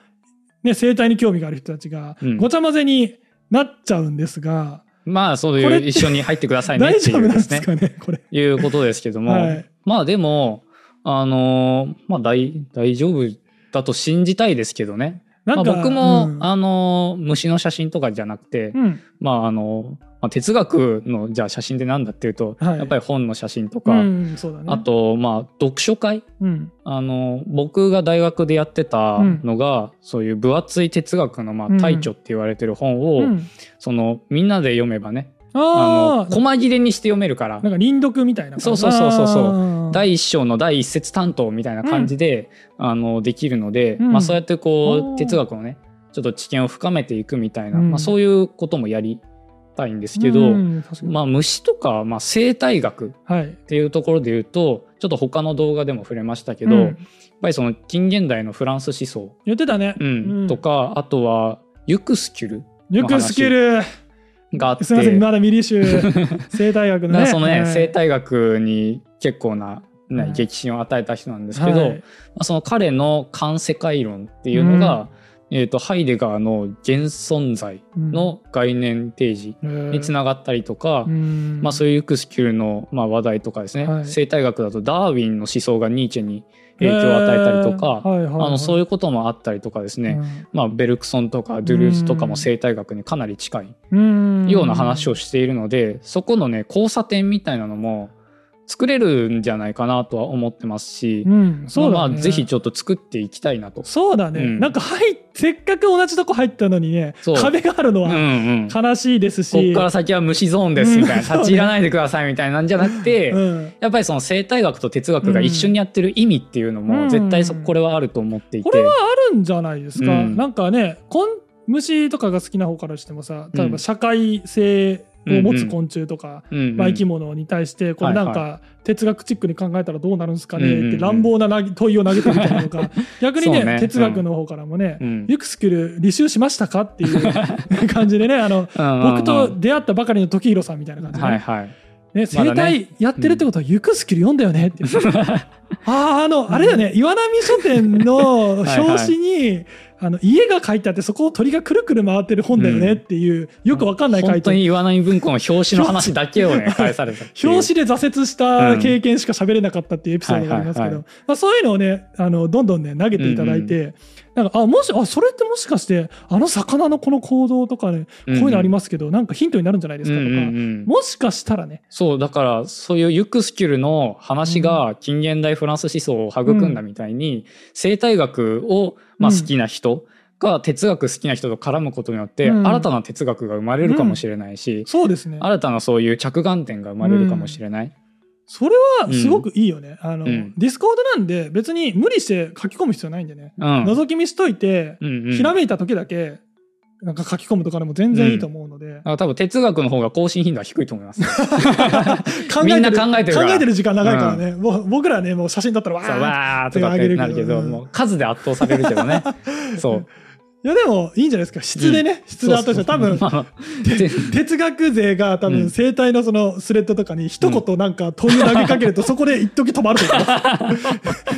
[SPEAKER 1] ね、生態に興味がある人たちが
[SPEAKER 2] うん
[SPEAKER 1] ごちゃ混ぜになっちゃうんですが、
[SPEAKER 2] まあそう
[SPEAKER 1] これ
[SPEAKER 2] い
[SPEAKER 1] っ
[SPEAKER 2] う
[SPEAKER 1] て
[SPEAKER 2] 一緒に入ってくださいね
[SPEAKER 1] 大
[SPEAKER 2] ってい
[SPEAKER 1] 丈夫
[SPEAKER 2] う
[SPEAKER 1] なん
[SPEAKER 2] で
[SPEAKER 1] ですす
[SPEAKER 2] ね。
[SPEAKER 1] かねこれ。
[SPEAKER 2] いうことですけども、
[SPEAKER 1] はい
[SPEAKER 2] まあでもあのーまあ大大丈夫だと信じたいですけどね。
[SPEAKER 1] なんか、
[SPEAKER 2] まあ、僕も、
[SPEAKER 1] うん
[SPEAKER 2] あのー虫の写真とかじゃなくて、
[SPEAKER 1] うん
[SPEAKER 2] まああのまあ、哲学のじゃあ写真ってなんだっていうと、
[SPEAKER 1] はい
[SPEAKER 2] やっぱり本の写真とか、
[SPEAKER 1] うんそうだね、
[SPEAKER 2] あとまあ読書会
[SPEAKER 1] うん、
[SPEAKER 2] あの僕が大学でやってたのが、そういう分厚い哲学の、ま
[SPEAKER 1] うん
[SPEAKER 2] あ、大著って言われてる本を、
[SPEAKER 1] うん
[SPEAKER 2] そのみんなで読めばね
[SPEAKER 1] あ
[SPEAKER 2] あの
[SPEAKER 1] あ
[SPEAKER 2] 細切れにして読めるから
[SPEAKER 1] なんか輪読みたいな感じ
[SPEAKER 2] そうそうそうそうそう
[SPEAKER 1] あー
[SPEAKER 2] 第一章の第一節担当みたいな感じで、あのできるので、
[SPEAKER 1] うん
[SPEAKER 2] まあ、そうやってこ
[SPEAKER 1] おー
[SPEAKER 2] う哲学のねちょっと知見を深めていくみたいな、
[SPEAKER 1] うん
[SPEAKER 2] まあ、そういうこともやりたいんですけど、
[SPEAKER 1] うん確かに
[SPEAKER 2] まあ、虫とか、まあ、生態学っ
[SPEAKER 1] はい
[SPEAKER 2] ていうところで言うとちょっと他の動画でも触れましたけど、
[SPEAKER 1] う
[SPEAKER 2] やっ
[SPEAKER 1] ん
[SPEAKER 2] ぱりその近現代のフランス思想、
[SPEAKER 1] 言ってたね、
[SPEAKER 2] うんとかあとはユクスキュル
[SPEAKER 1] よくスキル
[SPEAKER 2] があって
[SPEAKER 1] すみませんまだミリシュ生態学の
[SPEAKER 2] だか
[SPEAKER 1] ね
[SPEAKER 2] らそのね、
[SPEAKER 1] はい
[SPEAKER 2] 生態学に結構な、ね
[SPEAKER 1] はい
[SPEAKER 2] 激震を与えた人なんですけど、
[SPEAKER 1] はい
[SPEAKER 2] まあその彼の環世界論っていうのが、えー、とハイデガーの現存在の概念提示につながったりとか、まあ、そう
[SPEAKER 1] い
[SPEAKER 2] いうユクスキュルの、まあ、話題とかですね、
[SPEAKER 1] はい
[SPEAKER 2] 生態学だとダーウィンの思想がニーチェに影響を与えたりとか、あのそう
[SPEAKER 1] い
[SPEAKER 2] いうこともあったりとかです
[SPEAKER 1] う
[SPEAKER 2] ね、まあ、ベルクソンとかドゥルーズとかも生態学にかなり近い
[SPEAKER 1] ん
[SPEAKER 2] ような話を
[SPEAKER 1] し
[SPEAKER 2] しているのでそこのね交差点みたいなのも作れるんじゃないかなとは思ってますし、
[SPEAKER 1] うんそう
[SPEAKER 2] ま
[SPEAKER 1] だ
[SPEAKER 2] あ
[SPEAKER 1] ね
[SPEAKER 2] ぜひちょっと作っていきたいなと。
[SPEAKER 1] そうだね、
[SPEAKER 2] うん
[SPEAKER 1] なんか入っせっかく同じとこ入ったのにね
[SPEAKER 2] そう
[SPEAKER 1] 壁があるの
[SPEAKER 2] うんう
[SPEAKER 1] は
[SPEAKER 2] ん、こ
[SPEAKER 1] 悲しいですし、
[SPEAKER 2] っから先は虫ゾーンですみたいな、
[SPEAKER 1] うんそうね
[SPEAKER 2] 立ち入らないでくださいみたいなんじゃなくて、
[SPEAKER 1] うん
[SPEAKER 2] やっぱりその生態学と哲学が一緒にやってる意味っていうの
[SPEAKER 1] う
[SPEAKER 2] も
[SPEAKER 1] ん
[SPEAKER 2] 絶対そこれはあると思っていて、
[SPEAKER 1] これはあるんじゃないですか、
[SPEAKER 2] うん
[SPEAKER 1] なんかねこん虫とかが好きな方からしてもさ例え
[SPEAKER 2] う
[SPEAKER 1] ば
[SPEAKER 2] ん
[SPEAKER 1] 社会性を持つ昆虫とか、
[SPEAKER 2] うんうん
[SPEAKER 1] まあ、生き物に対してこれなん
[SPEAKER 2] はい
[SPEAKER 1] か哲学チックに考えたらどうなるんですか
[SPEAKER 2] うんうん
[SPEAKER 1] ねっ
[SPEAKER 2] う
[SPEAKER 1] て
[SPEAKER 2] ん
[SPEAKER 1] 乱暴な投げ問いを投げてみたりと か逆に
[SPEAKER 2] そ
[SPEAKER 1] ね
[SPEAKER 2] うね
[SPEAKER 1] 哲学の方からもね、
[SPEAKER 2] うん
[SPEAKER 1] ユクスキュル履修しましたかっていう感じでねあの僕
[SPEAKER 2] うんうん
[SPEAKER 1] と出会ったばかりの時宏さんみたいな感
[SPEAKER 2] う
[SPEAKER 1] じで
[SPEAKER 2] ん
[SPEAKER 1] ね、
[SPEAKER 2] はいはい、
[SPEAKER 1] ね、生
[SPEAKER 2] まだね
[SPEAKER 1] 態やってるってことは、ユクスキル読んだよ ねって言ってああ、あの、あれだよね、岩波書店の
[SPEAKER 2] はいはい
[SPEAKER 1] 表紙に、あの家が書いてあってそこを鳥がくるくる回ってる本だよねっていう、よくわかんない書
[SPEAKER 2] 本
[SPEAKER 1] い
[SPEAKER 2] 当
[SPEAKER 1] て
[SPEAKER 2] に岩波文庫の表紙の話だけをね返されたっていう
[SPEAKER 1] 表紙で挫折した経験しか喋れなかったっていうエピソードがありますけ
[SPEAKER 2] はいはい
[SPEAKER 1] ど、まあ、そういうのをねあのどんどんね投げていただいて、なんかあもしあそれってもしかしてあの魚のこの行動とかねこういうのありますけど、なんかヒントになるんじゃないですかとか、
[SPEAKER 2] うんうんうん
[SPEAKER 1] もしかしたらね
[SPEAKER 2] そうだからそういうユクスキュルの話が近現代フランス思想を育んだみたいに、生態学をまあ
[SPEAKER 1] うん
[SPEAKER 2] 好きな人が哲学好きな人と絡むことによって、
[SPEAKER 1] うん
[SPEAKER 2] 新たな哲学が生まれるかもしれないし、
[SPEAKER 1] そうですね
[SPEAKER 2] 新たなそういう着眼点が生まれるかもしれない。
[SPEAKER 1] それはすごくいいよね、あの
[SPEAKER 2] うん
[SPEAKER 1] ディスコードなんで別に無理して書き込む必要ないんでね、
[SPEAKER 2] うん、うん
[SPEAKER 1] 覗き見しといて、
[SPEAKER 2] うん
[SPEAKER 1] ひら
[SPEAKER 2] だか
[SPEAKER 1] めいた時だけなんか書き込むとかでも全然いいと思うので、
[SPEAKER 2] ら多分哲学の方が更新頻度は低いと 思います。
[SPEAKER 1] 考
[SPEAKER 2] みんな考えてるから
[SPEAKER 1] 考えてる時間長いからね、もう僕らねもう写真撮ったらわ
[SPEAKER 2] そう
[SPEAKER 1] ー
[SPEAKER 2] わーとかってなるけど、
[SPEAKER 1] うん
[SPEAKER 2] もう数で圧倒されるけ どね。そう。
[SPEAKER 1] いやでもいいんじゃないですか質でね、質であったじゃ多分
[SPEAKER 2] まあ全
[SPEAKER 1] 哲学勢が多
[SPEAKER 2] うん
[SPEAKER 1] 分生態のそのスレッドとかに一言なんか問いを投げかけるとそこで一時止まると思い ま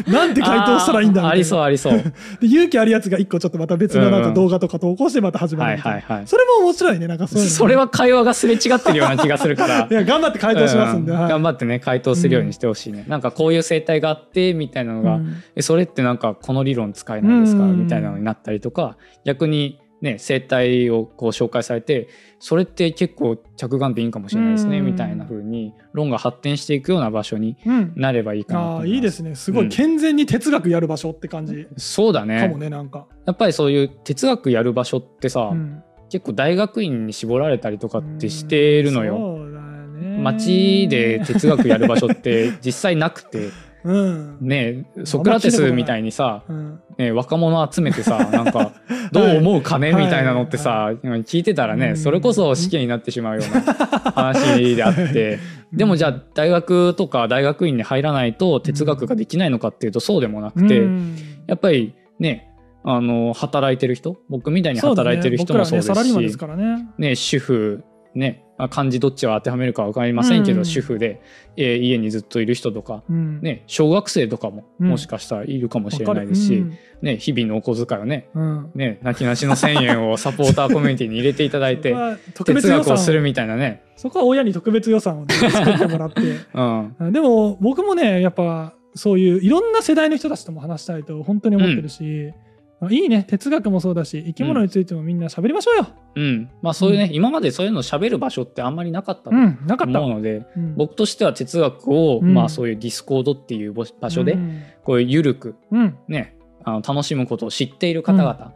[SPEAKER 1] す。なんて回答したらいいんだみたい
[SPEAKER 2] あー
[SPEAKER 1] な
[SPEAKER 2] ありそうあ りそう。
[SPEAKER 1] で勇気あるやつが一個ちょっとまた別のなんか動画とか投稿してまた始ま
[SPEAKER 2] は
[SPEAKER 1] る
[SPEAKER 2] い
[SPEAKER 1] みたいな
[SPEAKER 2] はいはい。
[SPEAKER 1] それも面白いねなんかそういうの
[SPEAKER 2] それは会話がすれ違ってるような気がするから
[SPEAKER 1] い。や頑張って回答しますんで、
[SPEAKER 2] うん
[SPEAKER 1] はい
[SPEAKER 2] 頑張ってね回答するようにしてほしいね、なんかこういう生態があってみたいなのが、
[SPEAKER 1] うん
[SPEAKER 2] えそれってなんかこの理論使えないですか、
[SPEAKER 1] うん
[SPEAKER 2] みたいなのになったりとか逆にね生態をこう紹介されてそれって結構着眼点いいかもしれないですね、
[SPEAKER 1] うん
[SPEAKER 2] みたいな風に論が発展していくような場所に
[SPEAKER 1] うん
[SPEAKER 2] なればいいかなと
[SPEAKER 1] あ
[SPEAKER 2] 思
[SPEAKER 1] あ
[SPEAKER 2] います
[SPEAKER 1] いいですねすご
[SPEAKER 2] うん
[SPEAKER 1] い健全に哲学やる場所って感じ
[SPEAKER 2] そうだね
[SPEAKER 1] かもねなんか、
[SPEAKER 2] やっぱりそういう哲学やる場所ってさ、
[SPEAKER 1] うん
[SPEAKER 2] 結構大学院に絞られたりとかってしてるのよ、
[SPEAKER 1] そうだね
[SPEAKER 2] 街で哲学やる場所って実際なくて
[SPEAKER 1] うん、
[SPEAKER 2] ね ソクラテスみたいにさ、
[SPEAKER 1] うん、
[SPEAKER 2] ね、若者集め てさなんかどう思うかねみ
[SPEAKER 1] はい
[SPEAKER 2] たいなのってさ、聞いてたらね
[SPEAKER 1] うん
[SPEAKER 2] それこそ死刑になってしまうような話で あってでもじゃあ大学とか大学院に入らないと哲学ができないのかっていうとそうでもなくて、
[SPEAKER 1] うん
[SPEAKER 2] やっぱりねあの働いてる人僕みたいに働いてる人もそうです
[SPEAKER 1] そうだね僕らねサラリーマンで
[SPEAKER 2] し
[SPEAKER 1] すからね
[SPEAKER 2] ね、主婦ね、まあ、漢字どっちを当てはめるか分かりませんけど、
[SPEAKER 1] うん
[SPEAKER 2] 主婦で、えー家にずっといる人とか、
[SPEAKER 1] うん
[SPEAKER 2] ね、小学生とかも
[SPEAKER 1] うん
[SPEAKER 2] もしかしたらいるかもしれ
[SPEAKER 1] わか
[SPEAKER 2] な
[SPEAKER 1] る
[SPEAKER 2] いですし、ね、日々のお小遣いをね
[SPEAKER 1] うんうん
[SPEAKER 2] ねなきなしの1,000円をサポーターコミュニティに入れていただい て
[SPEAKER 1] そこは特別
[SPEAKER 2] 哲
[SPEAKER 1] 予
[SPEAKER 2] 学
[SPEAKER 1] 算
[SPEAKER 2] を
[SPEAKER 1] を
[SPEAKER 2] するみたいなね、
[SPEAKER 1] そこは親に特別予算をね、作ってもらって
[SPEAKER 2] うん、
[SPEAKER 1] うんでも僕もねやっぱそういういろんな世代の人たちとも話したいと本当に思ってるし、いいね哲学もそうだし生き物についてもみんな喋りましょうよ、
[SPEAKER 2] うん、まあそういうね、今までそういうの喋る場所ってあんまりなかったと
[SPEAKER 1] うんなかった
[SPEAKER 2] 思うので、
[SPEAKER 1] うん
[SPEAKER 2] 僕としては哲学を、
[SPEAKER 1] うん
[SPEAKER 2] まあそういうディスコードっていう場所
[SPEAKER 1] う
[SPEAKER 2] で
[SPEAKER 1] ん
[SPEAKER 2] こういう緩く
[SPEAKER 1] うん
[SPEAKER 2] ね、あの楽しむことを知っている方々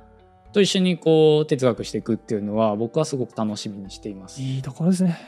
[SPEAKER 2] と一緒にこう哲学していくっていうのは僕はすごく楽しみにしています。
[SPEAKER 1] いいところですね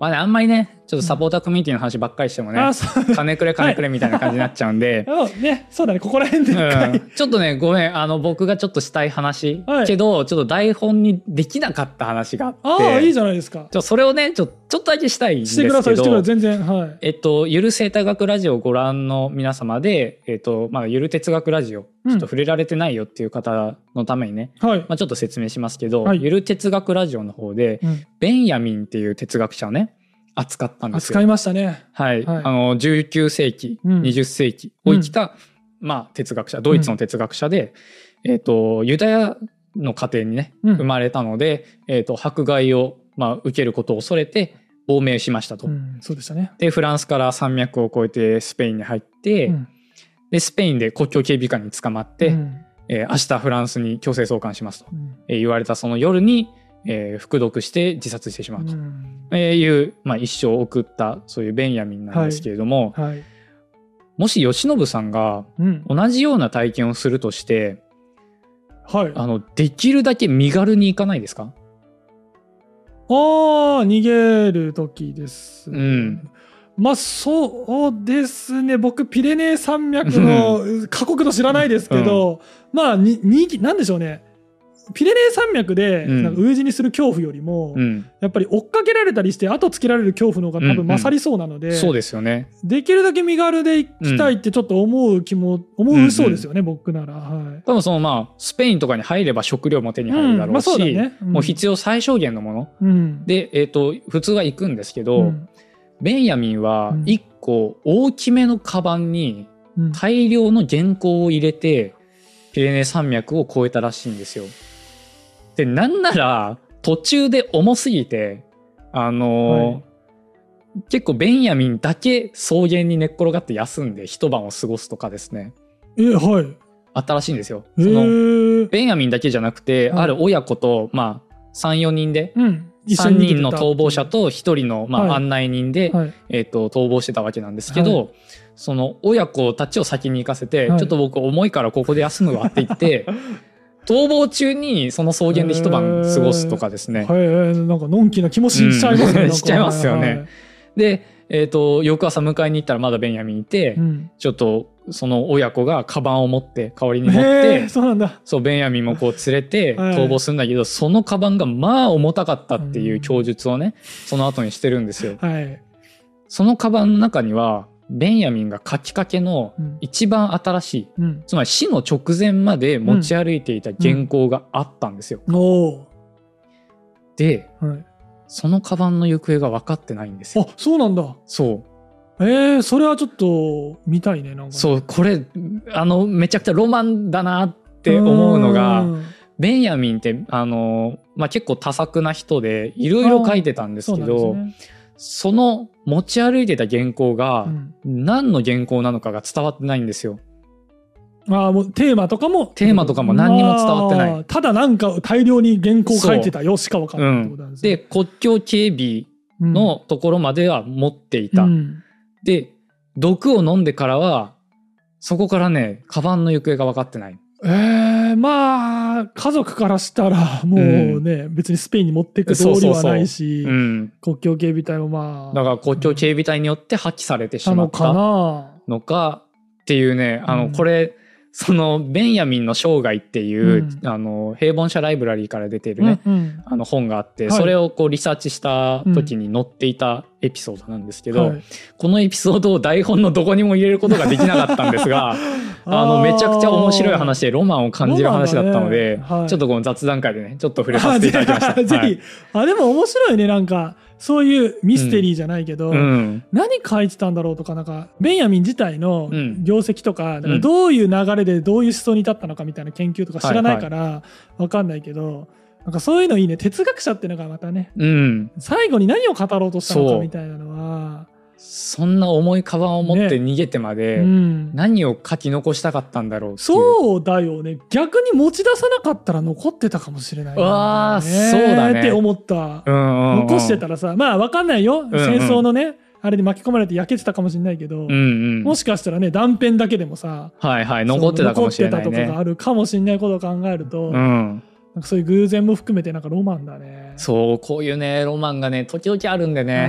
[SPEAKER 2] まあね、あんまりねちょっとサポーターコミュニティの話ばっかりしてもね、
[SPEAKER 1] あそう。
[SPEAKER 2] 金くれ金くれみたいな感じになっちゃうんで
[SPEAKER 1] あねそうだねここら辺で
[SPEAKER 2] う
[SPEAKER 1] 一回、
[SPEAKER 2] ん、 ちょっとねごめんあの僕がちょっとしたい話、
[SPEAKER 1] はい
[SPEAKER 2] けどちょっと台本にできなかった話があって
[SPEAKER 1] ああいいじゃないですか
[SPEAKER 2] ちょそれをねちょちょっとだけしたいんで
[SPEAKER 1] し
[SPEAKER 2] す
[SPEAKER 1] て
[SPEAKER 2] け
[SPEAKER 1] く
[SPEAKER 2] ど
[SPEAKER 1] ださいしてください全然はい
[SPEAKER 2] えっと、ゆる生態学ラジオをご覧の皆様で、えっと、まあ、ゆる哲学ラジオ、ち
[SPEAKER 1] うん
[SPEAKER 2] ょっと触れられてないよっていう方のためにね、
[SPEAKER 1] はい、
[SPEAKER 2] まあ、ちょっと説明しますけど、
[SPEAKER 1] はい
[SPEAKER 2] ゆる哲学ラジオの方で、
[SPEAKER 1] うん
[SPEAKER 2] ベンヤミンっていう哲学者をね、扱ったんです
[SPEAKER 1] 扱
[SPEAKER 2] よ。
[SPEAKER 1] いましたね
[SPEAKER 2] はい。
[SPEAKER 1] はい
[SPEAKER 2] あの、19世紀、
[SPEAKER 1] うん
[SPEAKER 2] 20世紀を生きた、まあ、哲学者、ドイツの哲学者で、えっと、ユダヤの家庭にね、
[SPEAKER 1] うん
[SPEAKER 2] 生まれたので、えっと、迫害を、まあ、受けることを恐れて、亡命しましたと。
[SPEAKER 1] うんそうでしたね
[SPEAKER 2] でフランスから山脈を越えてスペインに入って、
[SPEAKER 1] うん
[SPEAKER 2] でスペインで国境警備官に捕まって、
[SPEAKER 1] うん
[SPEAKER 2] えー明日フランスに強制送還しますと、
[SPEAKER 1] うん
[SPEAKER 2] えー言われたその夜に、えー服毒して自殺してしまうと、
[SPEAKER 1] うん
[SPEAKER 2] えーいう、まあ、一生を送ったそういうベンヤミンなんですけれども、
[SPEAKER 1] はい
[SPEAKER 2] もし慶喜さんが
[SPEAKER 1] うん
[SPEAKER 2] 同じような体験をするとして
[SPEAKER 1] はい
[SPEAKER 2] あのできるだけ身軽に行かないですか
[SPEAKER 1] あー逃げる時です、
[SPEAKER 2] うん
[SPEAKER 1] まあそうですね僕ピレネー山脈の過酷度知らないですけど、まあにになんでしょうねピレネー山脈で
[SPEAKER 2] うん
[SPEAKER 1] なんか U 字にする恐怖よりも、
[SPEAKER 2] うん、
[SPEAKER 1] やっぱり追っかけられたりして後つけられる恐怖の方が多
[SPEAKER 2] うんう
[SPEAKER 1] 分
[SPEAKER 2] ん
[SPEAKER 1] 勝りそうなので、
[SPEAKER 2] そうですよね
[SPEAKER 1] できるだけ身軽で行きたいってちょっと思う気も、思うそうですよね、僕ならはい。
[SPEAKER 2] 多分そのまあスペインとかに入れば食料も手に入るだろうし、
[SPEAKER 1] うんまあそうだねうん
[SPEAKER 2] もう必要最小限のもの
[SPEAKER 1] うん
[SPEAKER 2] で、えー、と普通は行くんですけど、
[SPEAKER 1] うん
[SPEAKER 2] ベンヤミンは
[SPEAKER 1] うん
[SPEAKER 2] 1個大きめのカバンに
[SPEAKER 1] うん
[SPEAKER 2] 大量の原稿を入れてピレネ山脈を越えたらしいんですよ。でなんなら途中で重すぎてあのー結構ベンヤミンだけ草原に寝っ転がって休んで一晩を過ごすとかですね
[SPEAKER 1] えはい
[SPEAKER 2] あったらしいんですよ。
[SPEAKER 1] へ
[SPEAKER 2] その
[SPEAKER 1] ー
[SPEAKER 2] ベンヤミンだけじゃなくて、
[SPEAKER 1] はい
[SPEAKER 2] ある親子と、まあ、34人で
[SPEAKER 1] うん一緒
[SPEAKER 2] 3
[SPEAKER 1] に出て
[SPEAKER 2] 人
[SPEAKER 1] た
[SPEAKER 2] の逃亡者と1人の、まあ
[SPEAKER 1] はい
[SPEAKER 2] 案内人で、
[SPEAKER 1] はい
[SPEAKER 2] えっと逃亡してたわけなんですけど、
[SPEAKER 1] は
[SPEAKER 2] その親子たちを先に行かせて、
[SPEAKER 1] はい
[SPEAKER 2] ちょっと僕重いからここで休むわって言って 逃亡中にその草原で一晩過ごすとかですね。
[SPEAKER 1] はいはいなんかのんきな気もしちゃいますね
[SPEAKER 2] うん
[SPEAKER 1] なんか
[SPEAKER 2] しちゃいますよね
[SPEAKER 1] はいはい
[SPEAKER 2] で、えっと翌朝迎えに行ったらまだベンヤミンいて、
[SPEAKER 1] うん
[SPEAKER 2] ちょっとその親子がカバンを持って代わりに持っ
[SPEAKER 1] へ
[SPEAKER 2] て
[SPEAKER 1] ー。そうなんだ
[SPEAKER 2] そうベンヤミンもこう連れて
[SPEAKER 1] はい
[SPEAKER 2] 逃亡するんだけど、そのカバンがまあ重たかったっていう供述をね、その後にしてるんですよ。
[SPEAKER 1] はい
[SPEAKER 2] そのカバンの中にはベンヤミンが書きかけの
[SPEAKER 1] うん
[SPEAKER 2] 一番新しい
[SPEAKER 1] うん
[SPEAKER 2] つまり死の直前まで持ち歩いていた原稿があったんですよ。
[SPEAKER 1] お
[SPEAKER 2] で
[SPEAKER 1] ーはい
[SPEAKER 2] そのカバンの行方が分かってないんですよ。
[SPEAKER 1] あそうなんだ
[SPEAKER 2] そう
[SPEAKER 1] えーそれはちょっと見たいねなんかね
[SPEAKER 2] そうこれあのめちゃくちゃロマンだなって思うのが。
[SPEAKER 1] ん
[SPEAKER 2] ベンヤミンってあの、まあ、結構多作な人でいろいろ書いてたんですけ
[SPEAKER 1] そう
[SPEAKER 2] どそ
[SPEAKER 1] なんですね
[SPEAKER 2] の持ち歩いてた原稿が
[SPEAKER 1] うん
[SPEAKER 2] 何の原稿なのかが伝わってないんですよ。
[SPEAKER 1] まあもうテーマとかも
[SPEAKER 2] テーマとかも何にも伝わってない
[SPEAKER 1] まあただなんか大量に原稿書いてたよしかわかんないってことなんですね
[SPEAKER 2] で国境警備
[SPEAKER 1] うん
[SPEAKER 2] のところまでは持っていた。
[SPEAKER 1] うん
[SPEAKER 2] で毒を飲んでからはそこからねカバンの行方が分かってない。
[SPEAKER 1] えーまあ家族からしたらもうね、別にスペインに持っていく道理はないし
[SPEAKER 2] うん、
[SPEAKER 1] 国境警備隊もまあ
[SPEAKER 2] だから国境警備隊によって破棄されてし
[SPEAKER 1] な
[SPEAKER 2] ま
[SPEAKER 1] の
[SPEAKER 2] っ
[SPEAKER 1] か
[SPEAKER 2] た
[SPEAKER 1] な
[SPEAKER 2] のかっていうねあ
[SPEAKER 1] う
[SPEAKER 2] の
[SPEAKER 1] ん
[SPEAKER 2] これ、そのベンヤミンの生涯っていう、
[SPEAKER 1] うん
[SPEAKER 2] あの平凡者ライブラリーから出てるね、
[SPEAKER 1] うんうん
[SPEAKER 2] あの本があって、
[SPEAKER 1] はい
[SPEAKER 2] それをこうリサーチした時に載っていたエピソードなんですけど、
[SPEAKER 1] はい
[SPEAKER 2] このエピソードを台本のどこにも入れることができなかったんです があの
[SPEAKER 1] ー
[SPEAKER 2] めちゃくちゃ面白い話でロマンを感じる話だったので、
[SPEAKER 1] ロマンだねはい
[SPEAKER 2] ちょっとこの雑談会でねちょっと触れさせていただきました。
[SPEAKER 1] あぜひ、
[SPEAKER 2] はい
[SPEAKER 1] あでも面白いねなんかそういうミステリーじゃないけど、
[SPEAKER 2] うん
[SPEAKER 1] 何書いてたんだろうとかなんかベンヤミン自体の
[SPEAKER 2] うん
[SPEAKER 1] 業績とか,、
[SPEAKER 2] うん
[SPEAKER 1] どういう流れでどういう思想に至ったのかみたいな研究とか知らないからわかんないけど、なんかそういうのいいね哲学者っていうのがまたね
[SPEAKER 2] うん、
[SPEAKER 1] 最後に何を語ろうとしたのか
[SPEAKER 2] そう
[SPEAKER 1] みたいなのは、
[SPEAKER 2] そんな重いカバンを持って逃げてまで、
[SPEAKER 1] うん、
[SPEAKER 2] 何を書き残したかったんだろうっていう
[SPEAKER 1] そうだよね逆に持ち出さなかったら残ってたかもしれないよね、
[SPEAKER 2] うわーそうだね
[SPEAKER 1] って思った
[SPEAKER 2] う、んうんうん、
[SPEAKER 1] 残してたらさまあわかんないよ、
[SPEAKER 2] んうん
[SPEAKER 1] 戦争のねあれに巻き込まれて焼けてたかもしれないけど、
[SPEAKER 2] うんうん、
[SPEAKER 1] もしかしたらね断片だけでもさ
[SPEAKER 2] はいはい残ってたかもしれない
[SPEAKER 1] その残ってたとかが
[SPEAKER 2] ね。
[SPEAKER 1] あるかもしれないことを考えると、
[SPEAKER 2] う
[SPEAKER 1] なん
[SPEAKER 2] ん、
[SPEAKER 1] かそういう偶然も含めてなんかロマンだね。
[SPEAKER 2] そうこういうねロマンがね時々あるんでね、うん、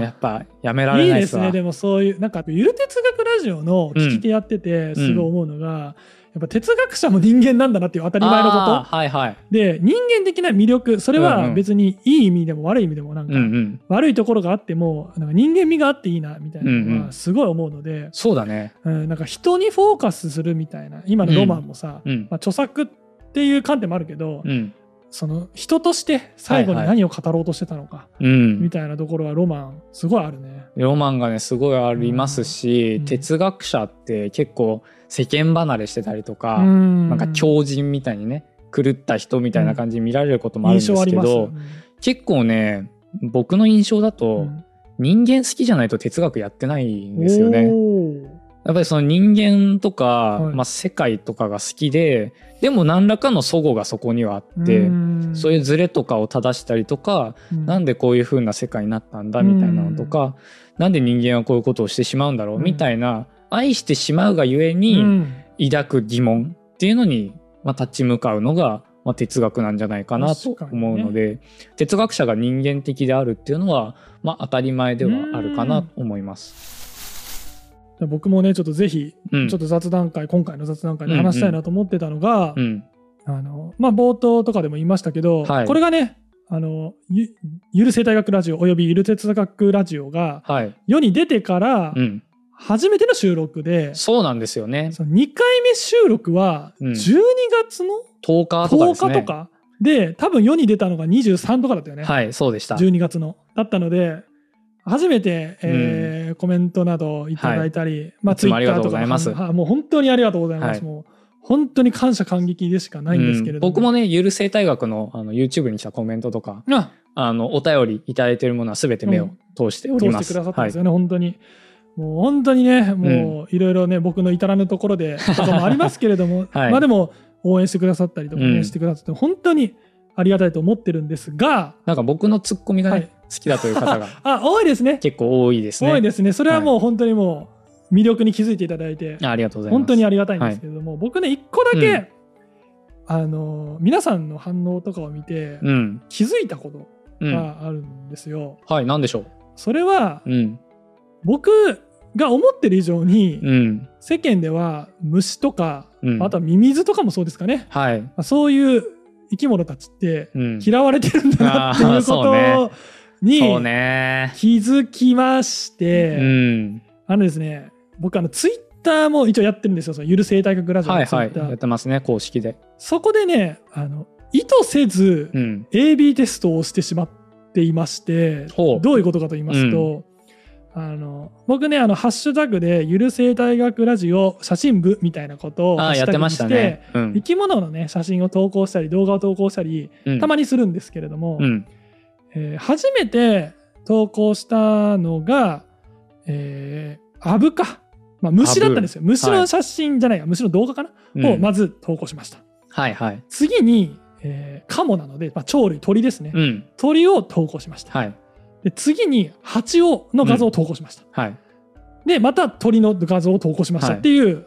[SPEAKER 2] や
[SPEAKER 1] あ
[SPEAKER 2] っぱやめら
[SPEAKER 1] ー
[SPEAKER 2] れ
[SPEAKER 1] いい
[SPEAKER 2] ない
[SPEAKER 1] で
[SPEAKER 2] っ
[SPEAKER 1] す
[SPEAKER 2] すわ
[SPEAKER 1] ねでもそういうなんかゆる哲学ラジオの聞き手やってて
[SPEAKER 2] ん
[SPEAKER 1] すごい思うのが、やっぱ哲学者も人間なんだなっていう当たり前の
[SPEAKER 2] あ
[SPEAKER 1] こ
[SPEAKER 2] ーはいはい。
[SPEAKER 1] とで人間的な魅力それ
[SPEAKER 2] うんう
[SPEAKER 1] は
[SPEAKER 2] ん
[SPEAKER 1] 別にいい意味でも悪い意味でもなん
[SPEAKER 2] うんう
[SPEAKER 1] か
[SPEAKER 2] ん。
[SPEAKER 1] 悪いところがあってもなんか人間味があっていいなみたいなのはすごい思うので、
[SPEAKER 2] そうだね。
[SPEAKER 1] うん、なんか人にフォーカスするみたいな今のロマンもさ、
[SPEAKER 2] うん
[SPEAKER 1] まあ、著作っていう観点もあるけど、
[SPEAKER 2] うん
[SPEAKER 1] その人として最後に
[SPEAKER 2] はいはい
[SPEAKER 1] 何を語ろうとしてたのか
[SPEAKER 2] うん
[SPEAKER 1] み。たいなところはロマンすごいあるね。
[SPEAKER 2] ロマンがねすごいありますし、
[SPEAKER 1] うん
[SPEAKER 2] 哲学者って結構世間離れしてたりとか、
[SPEAKER 1] な
[SPEAKER 2] なんか狂人みたいにね狂った人みたいな感じに見られることもあるんですけど、結構ね僕の印象だと、人間好きじゃないと哲学やってないんですよね。やっぱりその人間とか、
[SPEAKER 1] はい
[SPEAKER 2] まあ、世界とかが好きででも何らかの齟齬がそこにはあって、そういううズレとかを正したりとか
[SPEAKER 1] ん
[SPEAKER 2] なんでこういう風な世界になったんだみたいなのとか、なんで人間はこういうことをしてしまうんだろう
[SPEAKER 1] うん
[SPEAKER 2] みたいな、愛してしまうがゆえに
[SPEAKER 1] ん
[SPEAKER 2] 抱く疑問っていうのに、まあ、立ち向かうのが、まあ、哲学なんじゃないかな
[SPEAKER 1] 確
[SPEAKER 2] と
[SPEAKER 1] かにね
[SPEAKER 2] 思うので、哲学者が人間的であるっていうのは、まあ、当たり前ではあるかなと思います。
[SPEAKER 1] 僕もねちょっとぜひ
[SPEAKER 2] うん、
[SPEAKER 1] ちょっと雑談会今回の雑談会で話したいなと思ってたのが、
[SPEAKER 2] うん、
[SPEAKER 1] あのまあ、冒頭とかでも言いましたけど、
[SPEAKER 2] はい
[SPEAKER 1] これがねあのゆゆる生態学ラジオおよびゆる哲学ラジオが
[SPEAKER 2] はい、
[SPEAKER 1] 世に出てから
[SPEAKER 2] うん、
[SPEAKER 1] 初めての収録で、
[SPEAKER 2] そうなんですよね。
[SPEAKER 1] その2回目収録は
[SPEAKER 2] うん
[SPEAKER 1] 12月の
[SPEAKER 2] 10日とかです
[SPEAKER 1] 10
[SPEAKER 2] ね。
[SPEAKER 1] 日とかで多分世に出たのが23とかだったよね、
[SPEAKER 2] はい、そうでした。
[SPEAKER 1] 12月のだったので初めて、えーコメントなどいただいたり、まあ
[SPEAKER 2] いつもありがとうございます
[SPEAKER 1] Twitter とかもはもう本当にありがとうございます、
[SPEAKER 2] はい
[SPEAKER 1] もう本当に感謝感激でしかないんですけれど
[SPEAKER 2] も、僕もねゆる生態学のあの YouTube にしたコメントとか
[SPEAKER 1] あ
[SPEAKER 2] あのお便りいただいているものは全て目を通してお
[SPEAKER 1] 通
[SPEAKER 2] り
[SPEAKER 1] し
[SPEAKER 2] ま
[SPEAKER 1] て
[SPEAKER 2] す、
[SPEAKER 1] くださったん
[SPEAKER 2] は
[SPEAKER 1] で
[SPEAKER 2] い
[SPEAKER 1] すよね、本当に。もう本当にね、もういろいろね、僕の至らぬところで、とかもありますけれども、
[SPEAKER 2] はい
[SPEAKER 1] まあでも、応援してくださったりとかね、
[SPEAKER 2] うん
[SPEAKER 1] してくださって、本当にありがたいと思ってるんですが、
[SPEAKER 2] なんか僕のツッコミがね、
[SPEAKER 1] はい
[SPEAKER 2] 好きだという方が
[SPEAKER 1] あ、多いですね。
[SPEAKER 2] 結構多いです ね
[SPEAKER 1] 多いですね。それはもう本当にもう、魅力に気づいていただいて、
[SPEAKER 2] ありがとうございます
[SPEAKER 1] 本当にありがたいんですけれども、僕ね、一個だけ、
[SPEAKER 2] うん
[SPEAKER 1] あの、皆さんの反応とかを見て、
[SPEAKER 2] うん
[SPEAKER 1] 気づいたこと
[SPEAKER 2] うん
[SPEAKER 1] があるんですよ。
[SPEAKER 2] はい何でしょう
[SPEAKER 1] それは、
[SPEAKER 2] うん
[SPEAKER 1] 僕が思ってる以上に、
[SPEAKER 2] うん
[SPEAKER 1] 世間では虫とか、
[SPEAKER 2] うん
[SPEAKER 1] あとはミミズとかもそうですかね、
[SPEAKER 2] はい
[SPEAKER 1] まあそういう生き物たちって
[SPEAKER 2] うん
[SPEAKER 1] 嫌われてるんだな
[SPEAKER 2] あー
[SPEAKER 1] っていうこ
[SPEAKER 2] そうね
[SPEAKER 1] とに
[SPEAKER 2] そうね
[SPEAKER 1] 気づきまし
[SPEAKER 2] う
[SPEAKER 1] て、
[SPEAKER 2] ん
[SPEAKER 1] あのですね僕あのツイッターも一応やってるんですよそのゆる生態学ラジオ
[SPEAKER 2] は
[SPEAKER 1] の
[SPEAKER 2] い
[SPEAKER 1] ツイ
[SPEAKER 2] はい
[SPEAKER 1] ッター、
[SPEAKER 2] やってますね公式で
[SPEAKER 1] そこでねあの意図せず
[SPEAKER 2] うん
[SPEAKER 1] AB テストをしてしまっていまして、
[SPEAKER 2] ほう
[SPEAKER 1] どういうことかと言いますと、あの僕ねあのハッシュタグで「ゆる生態学ラジオ写真部」みたいなことを
[SPEAKER 2] あ
[SPEAKER 1] ハッ
[SPEAKER 2] あ
[SPEAKER 1] シ
[SPEAKER 2] や
[SPEAKER 1] ュ
[SPEAKER 2] って
[SPEAKER 1] タグ
[SPEAKER 2] ま
[SPEAKER 1] に
[SPEAKER 2] した
[SPEAKER 1] て、
[SPEAKER 2] ねうん
[SPEAKER 1] 生き物のね写真を投稿したり動画を投稿したり
[SPEAKER 2] うん
[SPEAKER 1] たまにするんですけれども、
[SPEAKER 2] うん
[SPEAKER 1] えー初めて投稿したのが、えーアブか、まあ、虫だったんですよ虫の写真じゃないや、虫の動画かな、
[SPEAKER 2] うん
[SPEAKER 1] をまず投稿しました
[SPEAKER 2] はいはい
[SPEAKER 1] 次に、えーカモなので、まあ、鳥類鳥ですね、
[SPEAKER 2] うん
[SPEAKER 1] 鳥を投稿しました、
[SPEAKER 2] はい
[SPEAKER 1] で次に蜂をの画像を投稿しました、
[SPEAKER 2] はい
[SPEAKER 1] でまた鳥の画像を投稿しました
[SPEAKER 2] はい
[SPEAKER 1] っていう、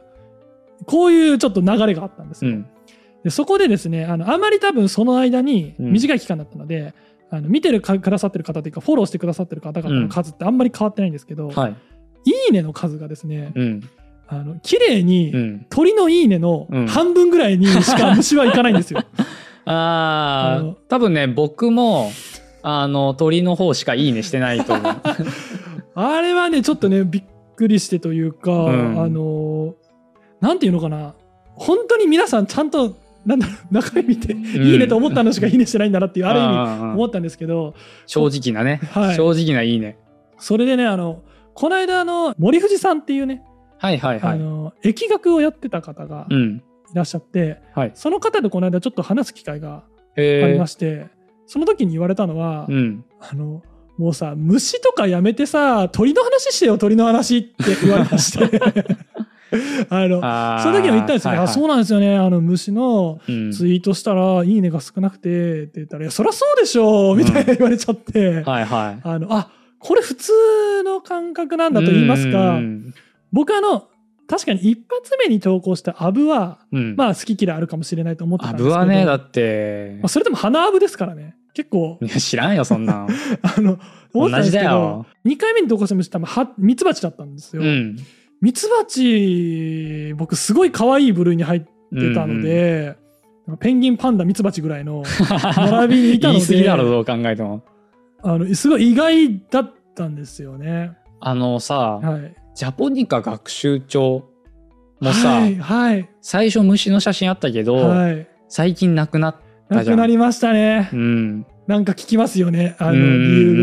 [SPEAKER 1] こういうちょっと流れがあったんです
[SPEAKER 2] う
[SPEAKER 1] よ、
[SPEAKER 2] ん
[SPEAKER 1] でそこでですねあのあまり多分その間に
[SPEAKER 2] うん
[SPEAKER 1] 短い期間だったので、あの見てるかくださってる方というかフォローしてくださってる方々の数ってあんまり変わってないんですけど、
[SPEAKER 2] はい
[SPEAKER 1] いいねの数がですね、
[SPEAKER 2] うん
[SPEAKER 1] あの綺麗に、
[SPEAKER 2] うん
[SPEAKER 1] 鳥のいいねの
[SPEAKER 2] うん
[SPEAKER 1] 半分ぐらいにしか虫はいかないんですよ。あ
[SPEAKER 2] あ
[SPEAKER 1] の
[SPEAKER 2] あ多分ね僕もあの鳥の方しかいいねしてないと思う
[SPEAKER 1] あれはねちょっとねびっくりしてというか、
[SPEAKER 2] ん
[SPEAKER 1] あのなんていうのかな本当に皆さんちゃんとなんだろう中身見て、いいねと思ったのしかいいねしてないんだな っていうある意味
[SPEAKER 2] あー
[SPEAKER 1] 思ったんですけど
[SPEAKER 2] 正直なね、
[SPEAKER 1] はい
[SPEAKER 2] 正直ないいね
[SPEAKER 1] それでねあのこの間あの森藤さんっていうね、
[SPEAKER 2] はいはいは
[SPEAKER 1] あ
[SPEAKER 2] い
[SPEAKER 1] の疫学をやってた方が
[SPEAKER 2] う
[SPEAKER 1] い
[SPEAKER 2] ん
[SPEAKER 1] らっしゃって、
[SPEAKER 2] はい
[SPEAKER 1] その方とこの間ちょっと話す機会があ
[SPEAKER 2] へ
[SPEAKER 1] り
[SPEAKER 2] え
[SPEAKER 1] まして、その時に言われたのは、
[SPEAKER 2] うん
[SPEAKER 1] あのもうさ虫とかやめてさ鳥の話してよ鳥の話って言われまして あの
[SPEAKER 2] あー
[SPEAKER 1] その時も言ったんですよ、ね
[SPEAKER 2] はいはい
[SPEAKER 1] あそうなんですよねあの虫の
[SPEAKER 2] うん
[SPEAKER 1] ツイートしたら「いいね」が少なくてって言ったら「いやそりゃそうでしょ」みたいな言われちゃって、
[SPEAKER 2] はいはい
[SPEAKER 1] あのあこれ普通の感覚なんだと言いますか
[SPEAKER 2] うん
[SPEAKER 1] 僕あの確かに一発目に投稿したアブは
[SPEAKER 2] うん
[SPEAKER 1] まあ好き嫌いあるかもしれないと思ってた
[SPEAKER 2] ア
[SPEAKER 1] んですけ
[SPEAKER 2] ブ
[SPEAKER 1] ど
[SPEAKER 2] はねだって
[SPEAKER 1] まあそれでも花アブですからね結構
[SPEAKER 2] いや知らんよそんなん
[SPEAKER 1] あの思
[SPEAKER 2] 同
[SPEAKER 1] ってたんで
[SPEAKER 2] じ
[SPEAKER 1] すけ
[SPEAKER 2] だ
[SPEAKER 1] ど
[SPEAKER 2] よ
[SPEAKER 1] 2回目に投稿した虫多分はミツバチだったんですよ、
[SPEAKER 2] うん
[SPEAKER 1] ミツバチ僕すごい可愛い部類に入ってたので、ペンギンパンダミツバチぐらいの並びにいたので
[SPEAKER 2] 言い過ぎだろどう考えても
[SPEAKER 1] あのすごい意外だったんですよね。
[SPEAKER 2] あのさ
[SPEAKER 1] はい、
[SPEAKER 2] ジャポニカ学習帳もさ、
[SPEAKER 1] はいはい、
[SPEAKER 2] 最初虫の写真あったけど、
[SPEAKER 1] はい、
[SPEAKER 2] 最近なくなっ
[SPEAKER 1] な
[SPEAKER 2] たじゃ
[SPEAKER 1] く
[SPEAKER 2] ん
[SPEAKER 1] なりましたね
[SPEAKER 2] う。ん
[SPEAKER 1] なんか聞きますよねあの
[SPEAKER 2] う
[SPEAKER 1] 理
[SPEAKER 2] んうんう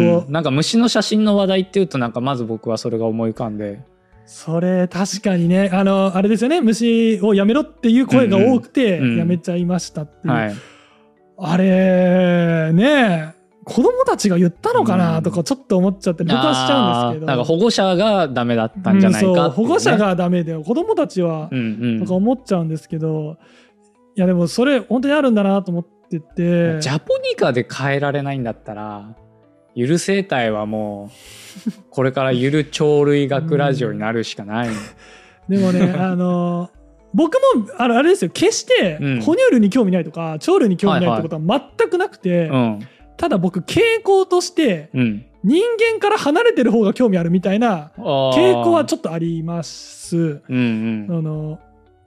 [SPEAKER 2] ん
[SPEAKER 1] 由を。
[SPEAKER 2] なんか虫の写真の話題っていうとなんかまず僕はそれが思い浮かんで
[SPEAKER 1] それ確かにねあのあれですよね虫をやめろっていう声が多くて
[SPEAKER 2] うんうんうん
[SPEAKER 1] やめちゃいましたっていう、
[SPEAKER 2] はい
[SPEAKER 1] あれね子供たちが言ったのかな
[SPEAKER 2] うん
[SPEAKER 1] とかちょっと思っちゃって僕はしちゃうんですけど
[SPEAKER 2] あーなんか保護者がダメだったんじゃないか
[SPEAKER 1] うんそう
[SPEAKER 2] って
[SPEAKER 1] 保
[SPEAKER 2] いうね
[SPEAKER 1] 護者がダメで子供たちは
[SPEAKER 2] うんうん
[SPEAKER 1] とか思っちゃうんですけど、いやでもそれ本当にあるんだなと思ってて
[SPEAKER 2] ジャポニカで変えられないんだったらゆる生態はもうこれからゆる鳥類学ラジオになるしかない、
[SPEAKER 1] でも ねあの僕もあのあれですよ決して
[SPEAKER 2] うん
[SPEAKER 1] 哺乳類に興味ないとか鳥類に興味ないってことは全くなくて、
[SPEAKER 2] うん
[SPEAKER 1] ただ僕傾向として
[SPEAKER 2] うん、
[SPEAKER 1] 人間から離れてる方が興味あるみたいな傾
[SPEAKER 2] 傾
[SPEAKER 1] 向はちょっとあります。
[SPEAKER 2] うん
[SPEAKER 1] あ
[SPEAKER 2] うん
[SPEAKER 1] の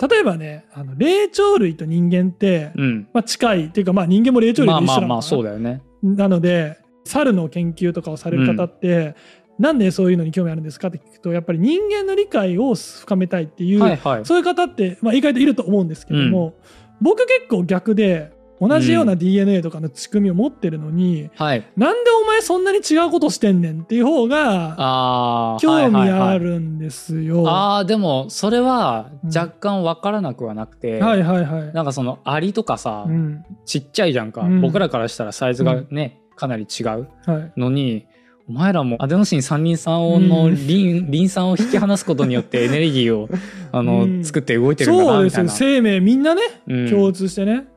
[SPEAKER 1] 例えばねあの霊長類と人間って、
[SPEAKER 2] うん
[SPEAKER 1] まあ、近いっていうか、まあ、人間も霊長類
[SPEAKER 2] まあ
[SPEAKER 1] と一緒なのかな,、
[SPEAKER 2] まあまあそうだよね
[SPEAKER 1] なので猿の研究とかをされる方って、なんでそういうのに興味あるんですかって聞くとやっぱり人間の理解を深めたいっていう、
[SPEAKER 2] はいはい
[SPEAKER 1] そういう方って、まあ、意外といると思うんですけども、僕結構逆で同じような DNA とかの仕組みを持ってるのに、
[SPEAKER 2] はい。
[SPEAKER 1] なんでお前そんなに違うことしてんねんっていう方が
[SPEAKER 2] ああ。
[SPEAKER 1] 興
[SPEAKER 2] はい
[SPEAKER 1] 味
[SPEAKER 2] はいはい
[SPEAKER 1] あるんですよ。は
[SPEAKER 2] あーでもそれは
[SPEAKER 1] うん
[SPEAKER 2] 若干わからなくはなくて、
[SPEAKER 1] いはいはい。
[SPEAKER 2] なんかそのアリとかさ、
[SPEAKER 1] うん
[SPEAKER 2] ちっちゃいじゃんか、
[SPEAKER 1] うん
[SPEAKER 2] 僕らからしたらサイズがね、かなり違う
[SPEAKER 1] はい
[SPEAKER 2] のにお前らもアデノシン三輪三王の
[SPEAKER 1] うん
[SPEAKER 2] リ ン,、リン酸を引き離すことによってエネルギーをあの、
[SPEAKER 1] うん
[SPEAKER 2] 作って動いてるんだ
[SPEAKER 1] そ
[SPEAKER 2] な
[SPEAKER 1] う
[SPEAKER 2] み
[SPEAKER 1] で
[SPEAKER 2] た
[SPEAKER 1] す
[SPEAKER 2] い
[SPEAKER 1] よ生
[SPEAKER 2] な、
[SPEAKER 1] 命みんなね
[SPEAKER 2] うん
[SPEAKER 1] 共通してね、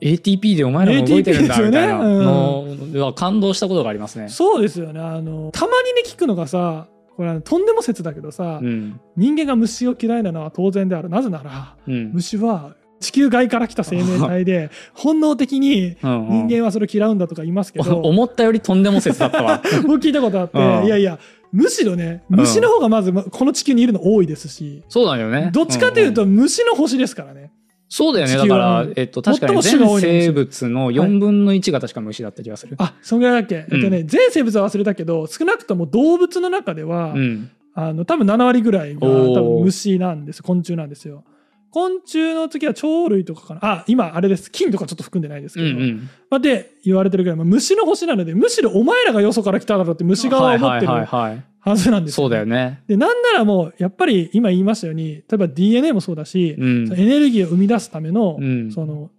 [SPEAKER 2] ATP でお前らも動いてるんだ
[SPEAKER 1] ATP
[SPEAKER 2] みたいな
[SPEAKER 1] ですよね
[SPEAKER 2] のは感動したことがありますね。
[SPEAKER 1] そうですよねあのたまにね聞くのがさこれはとんでも説だけどさ、
[SPEAKER 2] うん
[SPEAKER 1] 人間が虫を嫌いなのは当然であるなぜなら
[SPEAKER 2] うん
[SPEAKER 1] 虫は地球外から来た生命体 で本能的に
[SPEAKER 2] うんうん
[SPEAKER 1] 人間はそれを嫌うんだとか言いますけど、
[SPEAKER 2] お思ったよりとん でも説だったわ。
[SPEAKER 1] 僕聞いたことあって、
[SPEAKER 2] うん
[SPEAKER 1] いやいやむしろね
[SPEAKER 2] うん
[SPEAKER 1] 虫の方がまずまこの地球にいるの多いですし、
[SPEAKER 2] そうだよね。
[SPEAKER 1] どっちかという
[SPEAKER 2] うんうん
[SPEAKER 1] と虫の星ですからね、
[SPEAKER 2] そうだよね。
[SPEAKER 1] 地
[SPEAKER 2] だ
[SPEAKER 1] 球
[SPEAKER 2] か
[SPEAKER 1] は
[SPEAKER 2] ら、えっと、確か
[SPEAKER 1] 最
[SPEAKER 2] に
[SPEAKER 1] も種が多い
[SPEAKER 2] 全
[SPEAKER 1] のに
[SPEAKER 2] 生物の4分の1が確か虫だった気がする。
[SPEAKER 1] あそんぐらいだっけ、
[SPEAKER 2] うん
[SPEAKER 1] えっとね全生物は忘れたけど少なくとも動物の中では、
[SPEAKER 2] うん。
[SPEAKER 1] あの多分7割ぐらいが
[SPEAKER 2] おー
[SPEAKER 1] 多分虫なんです昆虫なんですよ昆虫の次は鳥類とかかなあ今あれです菌とかちょっと含んでないです
[SPEAKER 2] う
[SPEAKER 1] けど、
[SPEAKER 2] ん
[SPEAKER 1] まあ、で言われてるぐらい、まあ、虫の星なのでむしろお前らがよそから来ただろうって
[SPEAKER 2] う
[SPEAKER 1] 虫
[SPEAKER 2] ん。
[SPEAKER 1] 側は思ってる
[SPEAKER 2] はいはい
[SPEAKER 1] は
[SPEAKER 2] はいはい。
[SPEAKER 1] ずなんです
[SPEAKER 2] そうだよね。
[SPEAKER 1] でなんならもうやっぱり今言いましたように例えば DNA もそうだし、
[SPEAKER 2] うん
[SPEAKER 1] その。エネルギーを生み出すための、
[SPEAKER 2] うん
[SPEAKER 1] その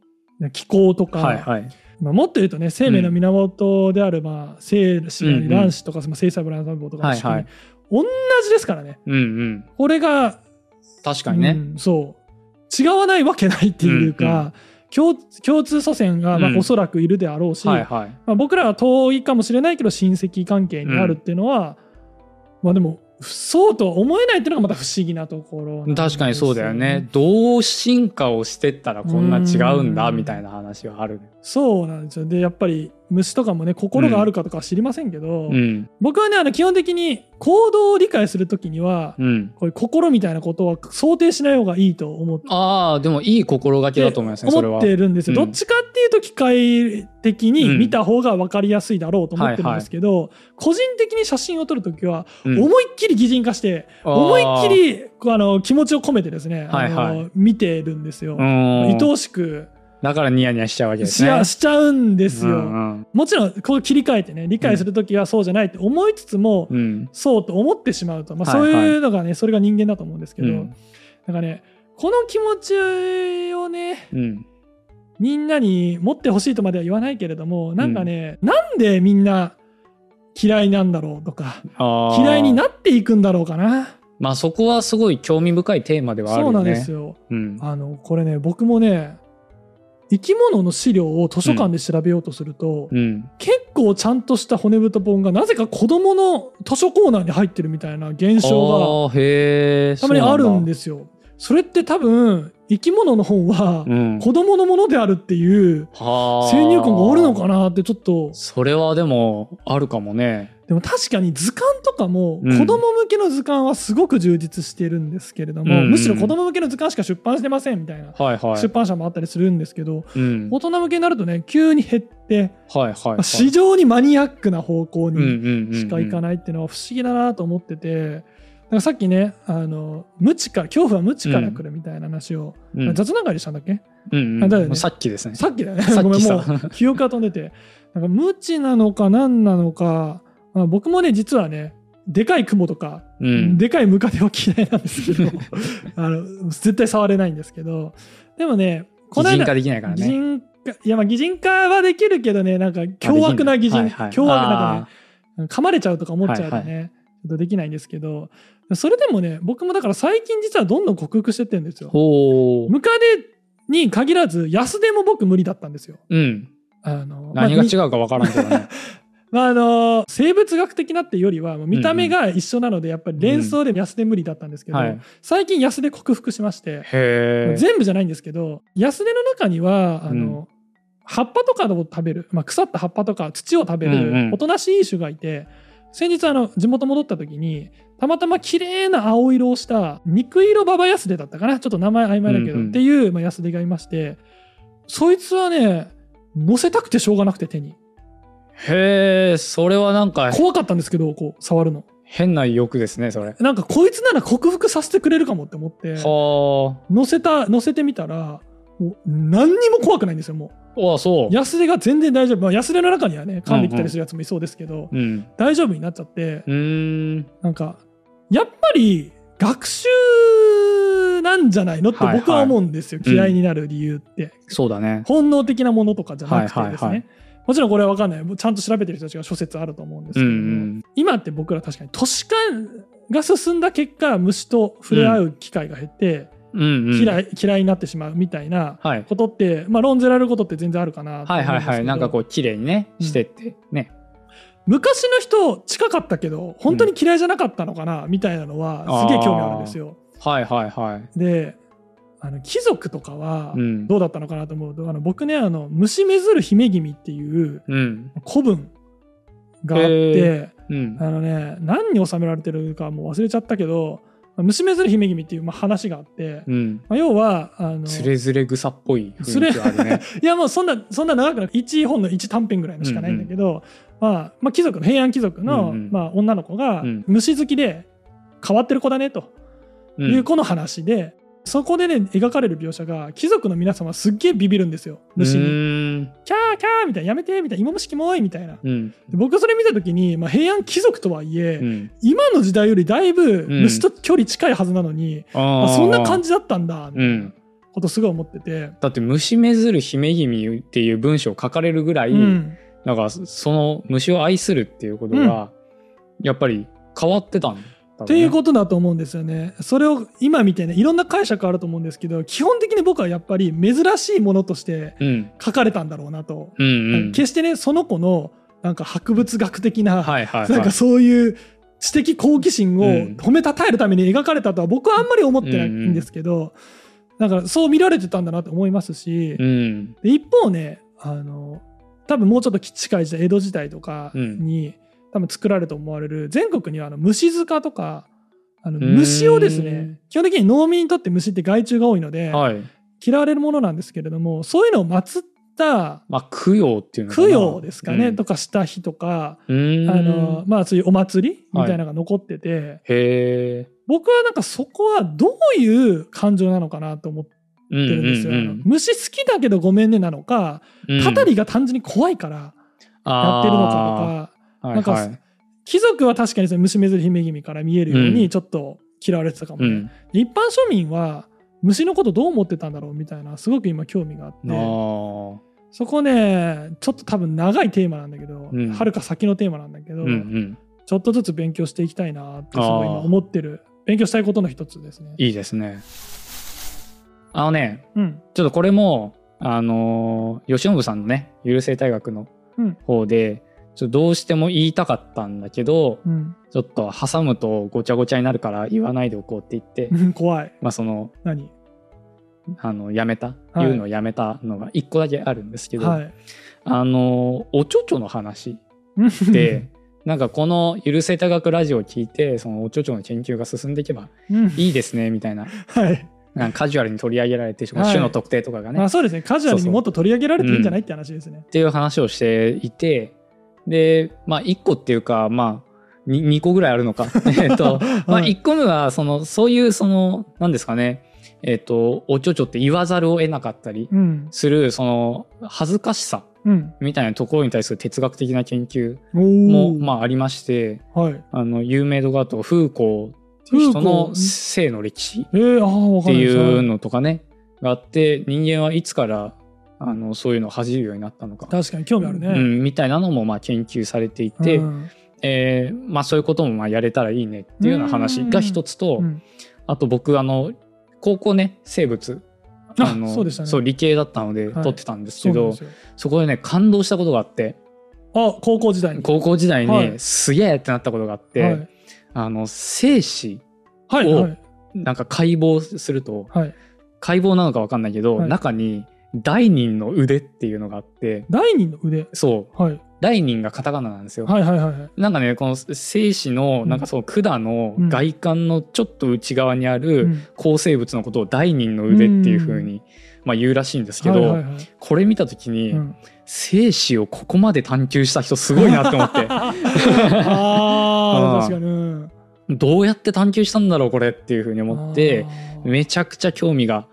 [SPEAKER 1] 気候とか、
[SPEAKER 2] はいはい。
[SPEAKER 1] まあ、もっと言うとね生命の源である、まあ、精子なり卵子とか、まあ、精細胞卵細胞とかの
[SPEAKER 2] はい
[SPEAKER 1] 仕組み、
[SPEAKER 2] はい。
[SPEAKER 1] 同じですからね
[SPEAKER 2] うんうん。
[SPEAKER 1] これが
[SPEAKER 2] 確かにね。
[SPEAKER 1] うんそう違わないわけないっていうか、共共通祖先がま
[SPEAKER 2] う
[SPEAKER 1] あ
[SPEAKER 2] ん
[SPEAKER 1] おそらくいるであろうし、
[SPEAKER 2] はいはい。
[SPEAKER 1] まあ、僕らは遠いかもしれないけど親戚関係にあるっていうのは、まあでもそうとは思えないっていうのがまた不思議なところなんですよ
[SPEAKER 2] 確かにそうだよね。どう進化をしてったらこんな違うんだみたいな話はある。
[SPEAKER 1] そうなんですよでやっぱり虫とかもね心があるかとかは知りませんけど、
[SPEAKER 2] うん。
[SPEAKER 1] 僕はねあの基本的に行動を理解するときには、
[SPEAKER 2] うん。
[SPEAKER 1] こういう心みたいなことは想定しない方がいいと思って
[SPEAKER 2] ああ、でもいい心がけだと思いますね、それ
[SPEAKER 1] 思
[SPEAKER 2] は
[SPEAKER 1] っ。てるんですよ、
[SPEAKER 2] うん
[SPEAKER 1] どっちかっていうと機械的に見た方が分かりやすいだろうと思ってるんですけど、個人的に写真を撮るときは
[SPEAKER 2] うん
[SPEAKER 1] 思いっきり擬人化して、思いっき。りこうあの気持ちを込めてですね、
[SPEAKER 2] はいはい
[SPEAKER 1] あの見てるんですよ、
[SPEAKER 2] あーうん
[SPEAKER 1] 愛おしく
[SPEAKER 2] だからニヤニヤしちゃうわけです
[SPEAKER 1] し,、
[SPEAKER 2] ね。
[SPEAKER 1] しちゃうんですよ、
[SPEAKER 2] うんうん
[SPEAKER 1] もちろんこう切り替えてね理解するときはそうじゃないって思いつつも、
[SPEAKER 2] うん。
[SPEAKER 1] そうと思ってしまうと、まあ、
[SPEAKER 2] は
[SPEAKER 1] そう
[SPEAKER 2] いはい
[SPEAKER 1] いうのがね、それが人間だと思うんですけ
[SPEAKER 2] う
[SPEAKER 1] ど、
[SPEAKER 2] ん。
[SPEAKER 1] なんかねこの気持ちをね
[SPEAKER 2] うん。
[SPEAKER 1] みんなに持ってほしいとまでは言わないけれどもなんかね、なんでみんな嫌いなんだろうとか
[SPEAKER 2] あー
[SPEAKER 1] 嫌いになっていくんだろうかな
[SPEAKER 2] まあそこはすごい興味深いテーマではある
[SPEAKER 1] そ
[SPEAKER 2] よ
[SPEAKER 1] う
[SPEAKER 2] ね。
[SPEAKER 1] なんですよ
[SPEAKER 2] うん
[SPEAKER 1] あのこれね僕もね生き物の資料を図書館で調べようとすると、
[SPEAKER 2] うん
[SPEAKER 1] 結構ちゃんとした骨太本がなぜか子供の図書コーナーに入ってるみたいな現象
[SPEAKER 2] あーへえ、
[SPEAKER 1] がたまにあるんですすよ。それって多分生き物の本は
[SPEAKER 2] うん、
[SPEAKER 1] 子供のものであるっていう先
[SPEAKER 2] 先
[SPEAKER 1] 入観があるのか
[SPEAKER 2] な
[SPEAKER 1] なってちょっと
[SPEAKER 2] それはでもあるかもね。
[SPEAKER 1] でも確かに図鑑とかも
[SPEAKER 2] うん
[SPEAKER 1] 子供向けの図鑑はすごく充実してるんですけれども、
[SPEAKER 2] うんうん
[SPEAKER 1] むしろ子供向けの図鑑しか出版してませんみたいな
[SPEAKER 2] はいは
[SPEAKER 1] 出
[SPEAKER 2] い。
[SPEAKER 1] 版社もあったりするんですけど、
[SPEAKER 2] うん、
[SPEAKER 1] 大人向けになるとね急に減って、
[SPEAKER 2] はいはい、
[SPEAKER 1] ま
[SPEAKER 2] は
[SPEAKER 1] あ
[SPEAKER 2] い。
[SPEAKER 1] 非常にマニアックな方向
[SPEAKER 2] うん
[SPEAKER 1] に
[SPEAKER 2] うんうん、
[SPEAKER 1] しかいか
[SPEAKER 2] な
[SPEAKER 1] ない
[SPEAKER 2] い。
[SPEAKER 1] っていうのは不思議だなと思ってて。なんかさっきねあの無知から恐怖は無知から来るみたいな話を、
[SPEAKER 2] うんうん
[SPEAKER 1] 雑談会でしたんだっけ
[SPEAKER 2] うん
[SPEAKER 1] あだよね
[SPEAKER 2] もうさっきですね。
[SPEAKER 1] さっきだよね。
[SPEAKER 2] さっき
[SPEAKER 1] ごめん、も
[SPEAKER 2] さ
[SPEAKER 1] う記憶が飛んでて。なんか無知なのか何なのか、まあ、僕もね、実はね、でかい雲とか、
[SPEAKER 2] うん、
[SPEAKER 1] でかいムカデは嫌いなんです けど、あの絶対触れないんですけど、でもね、この
[SPEAKER 2] 擬人
[SPEAKER 1] 間
[SPEAKER 2] 化、できないから
[SPEAKER 1] 擬
[SPEAKER 2] ね。
[SPEAKER 1] 人化、いや、まあ擬人化はできるけどね、なんか凶悪な擬人、凶悪なんかね、噛まれちゃうとか思っちゃうとね、
[SPEAKER 2] はい
[SPEAKER 1] ちょっとできないんですけど、それでもね、僕もだから最近実はどんどん克服してってるんですよ。
[SPEAKER 2] ほう。
[SPEAKER 1] ムカデに限らず、安でも僕無理だったんですよ。
[SPEAKER 2] うん。
[SPEAKER 1] あの
[SPEAKER 2] 何が違
[SPEAKER 1] う、
[SPEAKER 2] うかわからんけど ね。
[SPEAKER 1] まああの生物学的なっていうよりはもう見た目が一緒なのでやっぱり連想で安で無理だったんですけど、
[SPEAKER 2] はい。
[SPEAKER 1] 最近安で克服しまして、
[SPEAKER 2] へえ。
[SPEAKER 1] 全部じゃないんですけど安での中にはあの、葉っぱとかを食べる、まあ、腐った葉っぱとか土を食べ
[SPEAKER 2] うんうん
[SPEAKER 1] るおとなしい種がいて、先日あの地元戻った時にたまたま綺麗な青色をした肉色ババヤスデだったかなちょっと名前曖昧だけど、
[SPEAKER 2] うんうん
[SPEAKER 1] っていう、まあ、ヤスデがいましてそいつはね乗せたくてしょうがなくて手に。
[SPEAKER 2] へえ、それはなんか
[SPEAKER 1] 怖かったんですけどこう触るの
[SPEAKER 2] 変な欲ですね、それ。
[SPEAKER 1] なんかこいつなら克服させてくれるかもって思って
[SPEAKER 2] は
[SPEAKER 1] 乗せた乗せてみたらもう何にも怖くないんですよもう
[SPEAKER 2] ああそう。
[SPEAKER 1] 安手が全然大丈夫、まあ、安手の中にはね噛んできたりするやつもいそうですけど、
[SPEAKER 2] うん。
[SPEAKER 1] 大丈夫になっちゃって、
[SPEAKER 2] うーん。
[SPEAKER 1] なんかやっぱり学習なんじゃないのって
[SPEAKER 2] はいはい
[SPEAKER 1] 僕は思うんですよ、
[SPEAKER 2] うん
[SPEAKER 1] 嫌いになる理由って、
[SPEAKER 2] そうだね。
[SPEAKER 1] 本能的なものとかじゃなくてですね、
[SPEAKER 2] はいはいはい
[SPEAKER 1] もちろんこれは分かんないちゃんと調べてる人たちが諸説あると思うんですけ
[SPEAKER 2] う
[SPEAKER 1] ど
[SPEAKER 2] ん
[SPEAKER 1] も、
[SPEAKER 2] うん。
[SPEAKER 1] 今って僕ら確かに都市化が進んだ結果虫と触れ合う機会が減って、
[SPEAKER 2] うん、うん。
[SPEAKER 1] 嫌
[SPEAKER 2] い。
[SPEAKER 1] い嫌いになってしまうみたいな
[SPEAKER 2] はい。
[SPEAKER 1] ことって、まあ、論ずられることって全然あるかなと
[SPEAKER 2] は
[SPEAKER 1] 思
[SPEAKER 2] い
[SPEAKER 1] うんです
[SPEAKER 2] は
[SPEAKER 1] け
[SPEAKER 2] い
[SPEAKER 1] ど
[SPEAKER 2] はい。なんかこう、綺麗にね、
[SPEAKER 1] うん
[SPEAKER 2] してって、ね。
[SPEAKER 1] 昔の人近かったけど本当に嫌いじゃなかったのかな、みたいなのはすげえ興味あるんですよ。
[SPEAKER 2] はいはいはい。
[SPEAKER 1] であの貴族とかは
[SPEAKER 2] うん。
[SPEAKER 1] どうだったのかなと思うと、あの僕ねあの虫めずる姫君っていう
[SPEAKER 2] うん。
[SPEAKER 1] 古文があって、
[SPEAKER 2] うん。
[SPEAKER 1] あのね何に収められてるかもう忘れちゃったけど虫めずる姫君っていうまあ話があって、
[SPEAKER 2] うん。
[SPEAKER 1] まあ、要はあの
[SPEAKER 2] つれづれ草っぽい雰囲気はあるね。
[SPEAKER 1] いやもうそんなそんな長くなく1本の1短編ぐらいのしかないんだけど、まあ、まあ貴族の平安貴族の、
[SPEAKER 2] うんうん
[SPEAKER 1] まあ、女の子が
[SPEAKER 2] うん
[SPEAKER 1] 虫好きで変わってる子だねと
[SPEAKER 2] う。
[SPEAKER 1] いうん子の話で、そこでね描かれる描写が貴族の皆様すっげえビビるんですよ虫
[SPEAKER 2] う
[SPEAKER 1] に。
[SPEAKER 2] ーん
[SPEAKER 1] キャーキャーみたいなやめてみたいな芋虫キモいみたいな。
[SPEAKER 2] うん。
[SPEAKER 1] で僕それ見た時に、まあ、平安貴族とはいえ、
[SPEAKER 2] うん。
[SPEAKER 1] 今の時代よりだいぶ
[SPEAKER 2] ん
[SPEAKER 1] 虫と距離近いはずなのに、
[SPEAKER 2] あ
[SPEAKER 1] あそんな感
[SPEAKER 2] じ。
[SPEAKER 1] じだったんだみた
[SPEAKER 2] う。
[SPEAKER 1] いなんことすごい思ってて。
[SPEAKER 2] だって、虫めずる姫君っていう文章を書かれるぐらい、
[SPEAKER 1] うん
[SPEAKER 2] なんか、その虫を愛するっていうことが、やっぱり変わってたんだろうね
[SPEAKER 1] っていうことだと思うんですよね。それを今見てねいろんな解釈あると思うんですけど基本的に僕はやっぱり珍しいものとして
[SPEAKER 2] うん。
[SPEAKER 1] 書かれたんだろうなと。
[SPEAKER 2] うんうん。
[SPEAKER 1] 決してねその子のなんか博物学的な,、
[SPEAKER 2] はいはいはい。
[SPEAKER 1] なんかそういう知的好奇心を
[SPEAKER 2] うん
[SPEAKER 1] 褒めたたえるために描かれたとは僕はあんまり思ってないんですけど、だからそう見られてたんだなと思いますし、
[SPEAKER 2] うん。
[SPEAKER 1] で一方ねあの多分もうちょっと近い時代江戸時代とかに、多分作られると思われる全国にはあの虫塚とかあの
[SPEAKER 2] ーん
[SPEAKER 1] 虫をですね基本的に農民にとって虫って害虫が多いので、
[SPEAKER 2] はい。
[SPEAKER 1] 嫌われるものなんですけれどもそういうのを祀った
[SPEAKER 2] まあ、供養っていうのかな
[SPEAKER 1] 供養ですかね、
[SPEAKER 2] うん
[SPEAKER 1] とかした日とか、
[SPEAKER 2] うーん。
[SPEAKER 1] あのまあ、そういうお祭りみたいなのが残ってて、
[SPEAKER 2] へえ。
[SPEAKER 1] 僕はなんかそこはどういう感情なのかなと思って
[SPEAKER 2] うんう
[SPEAKER 1] るんですよ。あの
[SPEAKER 2] ん
[SPEAKER 1] 虫好きだけどごめんねなのか、
[SPEAKER 2] うん。
[SPEAKER 1] たたりが単純に怖いからやってるのかとか、
[SPEAKER 2] とか
[SPEAKER 1] なんか貴族は確かにその虫めずり姫君から見えるよう
[SPEAKER 2] う
[SPEAKER 1] に
[SPEAKER 2] ん
[SPEAKER 1] ちょっと嫌われてたかも
[SPEAKER 2] う
[SPEAKER 1] ね、
[SPEAKER 2] ん。
[SPEAKER 1] 一般庶民は虫のことどう思ってたんだろうみたいなすごく今興味があって
[SPEAKER 2] あー
[SPEAKER 1] そこねちょっと多分長いテーマなんだけど
[SPEAKER 2] うん
[SPEAKER 1] はる、か先のテーマなんだけど、
[SPEAKER 2] うんうん。
[SPEAKER 1] ちょっとずつ勉強していきたいなってすごい今思ってる勉強したいことの一つですね。
[SPEAKER 2] いいですね。あのね、
[SPEAKER 1] うん
[SPEAKER 2] ちょっとこれも、あのー、吉信さんのね、ゆる生態学の
[SPEAKER 1] うん
[SPEAKER 2] 方で、ちょっとどうしても言いたかったんだけど、
[SPEAKER 1] うん
[SPEAKER 2] ちょっと挟むとごちゃごちゃになるから言わないでおこうって言って、
[SPEAKER 1] うん、怖い
[SPEAKER 2] まあその、
[SPEAKER 1] 何
[SPEAKER 2] あの、やめた、
[SPEAKER 1] はい
[SPEAKER 2] 言うのをやめたのが一個だけあるんですけど、
[SPEAKER 1] はい
[SPEAKER 2] あの、おちょちょの話
[SPEAKER 1] うん
[SPEAKER 2] で、なんかこの「ゆる生態学ラジオ」を聞いてそのおちょちょの研究が進んでいけば
[SPEAKER 1] うん
[SPEAKER 2] いいですねみたいな
[SPEAKER 1] はい
[SPEAKER 2] なんかカジュアルに取り上げられて、
[SPEAKER 1] はい
[SPEAKER 2] 種の特定とかがね、
[SPEAKER 1] まあ
[SPEAKER 2] っ
[SPEAKER 1] そうですねカジュアルにもっと取り上げられていいんじゃないって話ですね。
[SPEAKER 2] ていう話をしていてでまあ1個っていうかまあ 2, 個ぐらいある のかえっと、まあ、
[SPEAKER 1] はい
[SPEAKER 2] 1個目はそのそういうその何ですかねえっとおちょちょって言わざるを得なかったり
[SPEAKER 1] うん
[SPEAKER 2] するその恥ずかしさ
[SPEAKER 1] うん、
[SPEAKER 2] みたいなところに対する哲学的な研究
[SPEAKER 1] お
[SPEAKER 2] も
[SPEAKER 1] お、
[SPEAKER 2] まあありまして。
[SPEAKER 1] はい。
[SPEAKER 2] あの有名度があとフーコーっていう人
[SPEAKER 1] フーコ
[SPEAKER 2] の
[SPEAKER 1] ー
[SPEAKER 2] 性の歴史
[SPEAKER 1] えー、ああ、わ
[SPEAKER 2] っ
[SPEAKER 1] か
[SPEAKER 2] て
[SPEAKER 1] んない
[SPEAKER 2] いうのとかねがあって人間はいつからあのそういうのを恥じるようになったのか、
[SPEAKER 1] 確かに興味あるね。
[SPEAKER 2] うん、みたいなのもまあ研究されていて、
[SPEAKER 1] うん
[SPEAKER 2] えーまあ、そういうこともまあやれたらいいねっていうような話が一つと、
[SPEAKER 1] うん
[SPEAKER 2] あと僕あの高校ね生物
[SPEAKER 1] あ
[SPEAKER 2] の
[SPEAKER 1] そうでしたね
[SPEAKER 2] 理系だったので
[SPEAKER 1] はい
[SPEAKER 2] 取ってたんです
[SPEAKER 1] そ
[SPEAKER 2] け
[SPEAKER 1] うなん
[SPEAKER 2] ど、
[SPEAKER 1] ですよ。
[SPEAKER 2] そこでね感動したことがあって
[SPEAKER 1] あ、高校時代に。
[SPEAKER 2] 高校時代
[SPEAKER 1] はい
[SPEAKER 2] にすげえってなったことがあって、
[SPEAKER 1] はい。
[SPEAKER 2] あの精子
[SPEAKER 1] はい。はい。
[SPEAKER 2] なんか解剖すると
[SPEAKER 1] はい。
[SPEAKER 2] 解剖なのかわかんないけど、
[SPEAKER 1] はい
[SPEAKER 2] 中に第人の腕っていうのがあって
[SPEAKER 1] 第二の腕。
[SPEAKER 2] そう
[SPEAKER 1] はい。
[SPEAKER 2] 第人がカタカナなんですよ、
[SPEAKER 1] はいはいはいはい。
[SPEAKER 2] なんかねこの精子の
[SPEAKER 1] うん
[SPEAKER 2] なんかその管の
[SPEAKER 1] うん
[SPEAKER 2] 外観のちょっと内側にある
[SPEAKER 1] ん
[SPEAKER 2] 構成物のことを第人の腕っていうふうにまあ言うらしいんですけ
[SPEAKER 1] は
[SPEAKER 2] ど、
[SPEAKER 1] いはいはい
[SPEAKER 2] これ見た時に、
[SPEAKER 1] うん
[SPEAKER 2] 精子をここまで探求した人すごいなって思 って
[SPEAKER 1] ああ、確かにうん。
[SPEAKER 2] どうやって探求したんだろうこれっていうふうに思って
[SPEAKER 1] あー、
[SPEAKER 2] めちゃくちゃ興味が、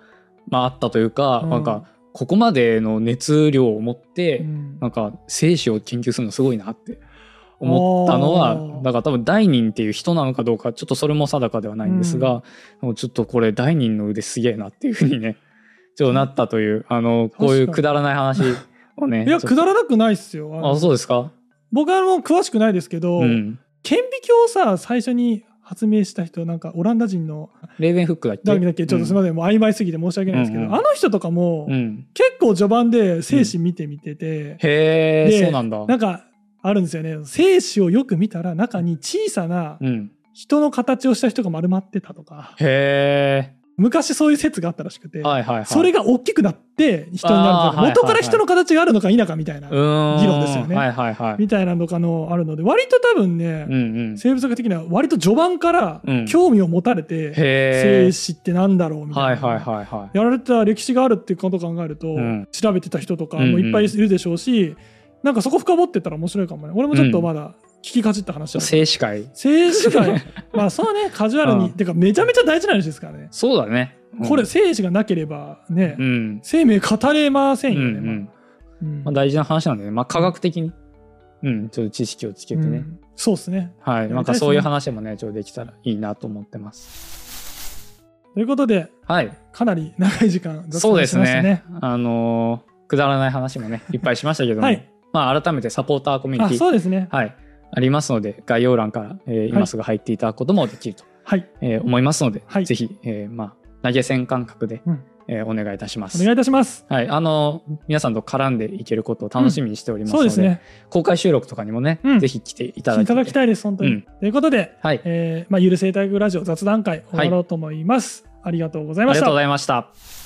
[SPEAKER 2] まあ、あったというか、
[SPEAKER 1] うん
[SPEAKER 2] なんかここまでの熱量を持って、
[SPEAKER 1] うん
[SPEAKER 2] なんか生死を研究するのすごいなって思ったの
[SPEAKER 1] あ
[SPEAKER 2] は
[SPEAKER 1] ー
[SPEAKER 2] だから多分大人っていう人なのかどうかちょっとそれも定かではないんですが、もうちょっとこれ大人の腕すげえなっていうふう にねちょっとなったというあのこうい
[SPEAKER 1] 確
[SPEAKER 2] う
[SPEAKER 1] かに
[SPEAKER 2] くだらない話をね
[SPEAKER 1] いや
[SPEAKER 2] ちょっ
[SPEAKER 1] くだらなくないっすよあ
[SPEAKER 2] とあ
[SPEAKER 1] の
[SPEAKER 2] そうですか
[SPEAKER 1] 僕はもう詳しくないですけど、
[SPEAKER 2] うん
[SPEAKER 1] 顕微鏡をさ最初に発明した人なんかオランダ人の
[SPEAKER 2] レーベンフックだっけ
[SPEAKER 1] 誰だっけちょっとすみ
[SPEAKER 2] ま
[SPEAKER 1] ません、もう曖昧すぎて申し訳ないですけど、
[SPEAKER 2] うんうん
[SPEAKER 1] あの人とかも、
[SPEAKER 2] うん、うん、
[SPEAKER 1] 結構序盤で生死見てみてて、
[SPEAKER 2] へえ
[SPEAKER 1] で
[SPEAKER 2] そうなんだ
[SPEAKER 1] なんかあるんですよね生死をよく見たら中に小さな
[SPEAKER 2] うん、
[SPEAKER 1] 人の形をした人が丸まってたとか、
[SPEAKER 2] へ
[SPEAKER 1] 昔そういう説があったらしくて、
[SPEAKER 2] えはいはいはい
[SPEAKER 1] それが大きくなって人になる
[SPEAKER 2] あーはいはい
[SPEAKER 1] とか元
[SPEAKER 2] はい
[SPEAKER 1] から人の形があるのか否かみたいな、
[SPEAKER 2] うーん
[SPEAKER 1] 議論ですよね
[SPEAKER 2] はいはいはい
[SPEAKER 1] みたいなのかのあるので割と多分ね、
[SPEAKER 2] うんうん
[SPEAKER 1] 生物学的には割と序盤から
[SPEAKER 2] うん
[SPEAKER 1] 興味を持たれて、
[SPEAKER 2] へ
[SPEAKER 1] 生
[SPEAKER 2] え
[SPEAKER 1] 死ってなんだろうみたいな、
[SPEAKER 2] はいはいはいはい
[SPEAKER 1] やられてた歴史があるっていうことを考えると、
[SPEAKER 2] うん
[SPEAKER 1] 調べてた人とかもいっぱいいるでしょうし、なんかそこ深掘ってったら面白いかもね俺もちょっとまだ聞きかじった話だ、
[SPEAKER 2] 静止会
[SPEAKER 1] 静止 界まあそうねカジュアルに、
[SPEAKER 2] うん
[SPEAKER 1] てかめちゃめちゃ大事な話ですからね、
[SPEAKER 2] そうだね
[SPEAKER 1] これ生死がなければね、
[SPEAKER 2] うん
[SPEAKER 1] 生命語れませんよね、
[SPEAKER 2] うんうん
[SPEAKER 1] ま
[SPEAKER 2] ま
[SPEAKER 1] あ
[SPEAKER 2] あ、
[SPEAKER 1] うん
[SPEAKER 2] 大事な話なんでね、まあ、科学的に、うん、ちょっと知識をつけてね、
[SPEAKER 1] うんそうですね
[SPEAKER 2] は
[SPEAKER 1] りたいで
[SPEAKER 2] い、
[SPEAKER 1] すね
[SPEAKER 2] なんかそういう話もね、ちょっとできたらいいなと思ってます。
[SPEAKER 1] ということで
[SPEAKER 2] はい、
[SPEAKER 1] かなり長い時間雑
[SPEAKER 2] そう
[SPEAKER 1] 談
[SPEAKER 2] で
[SPEAKER 1] し
[SPEAKER 2] す
[SPEAKER 1] ました
[SPEAKER 2] ね。あのーくだらない話 もね、いっぱいしましたけども、
[SPEAKER 1] はい
[SPEAKER 2] まあ、改めてサポーターコミュ
[SPEAKER 1] あ
[SPEAKER 2] ニテ
[SPEAKER 1] そ
[SPEAKER 2] ィ、
[SPEAKER 1] うですね
[SPEAKER 2] はい、ありますので、概要欄から、えー
[SPEAKER 1] はい
[SPEAKER 2] 今すぐ入っていただくこともできると、
[SPEAKER 1] はい
[SPEAKER 2] えー思いますので、
[SPEAKER 1] はい
[SPEAKER 2] ぜひ、えーまあ、投げ銭感覚で、
[SPEAKER 1] うん
[SPEAKER 2] えーお願いいたしま
[SPEAKER 1] お
[SPEAKER 2] す。
[SPEAKER 1] 願いいたします
[SPEAKER 2] はい、あのー皆さんと絡んでいけることを楽しみにしております
[SPEAKER 1] そ
[SPEAKER 2] の
[SPEAKER 1] う
[SPEAKER 2] で,、
[SPEAKER 1] ですね
[SPEAKER 2] 公開収録とかにもね、
[SPEAKER 1] うん
[SPEAKER 2] ぜひ来ていただ
[SPEAKER 1] 聞い
[SPEAKER 2] き
[SPEAKER 1] ただきたいです本当に、
[SPEAKER 2] うん
[SPEAKER 1] ということで
[SPEAKER 2] はい、
[SPEAKER 1] えーまあ、ゆる生態学ラジオ雑談会終わろうと思います、ありがとうござい
[SPEAKER 2] あ
[SPEAKER 1] ま
[SPEAKER 2] り
[SPEAKER 1] し
[SPEAKER 2] がと
[SPEAKER 1] た
[SPEAKER 2] うございました。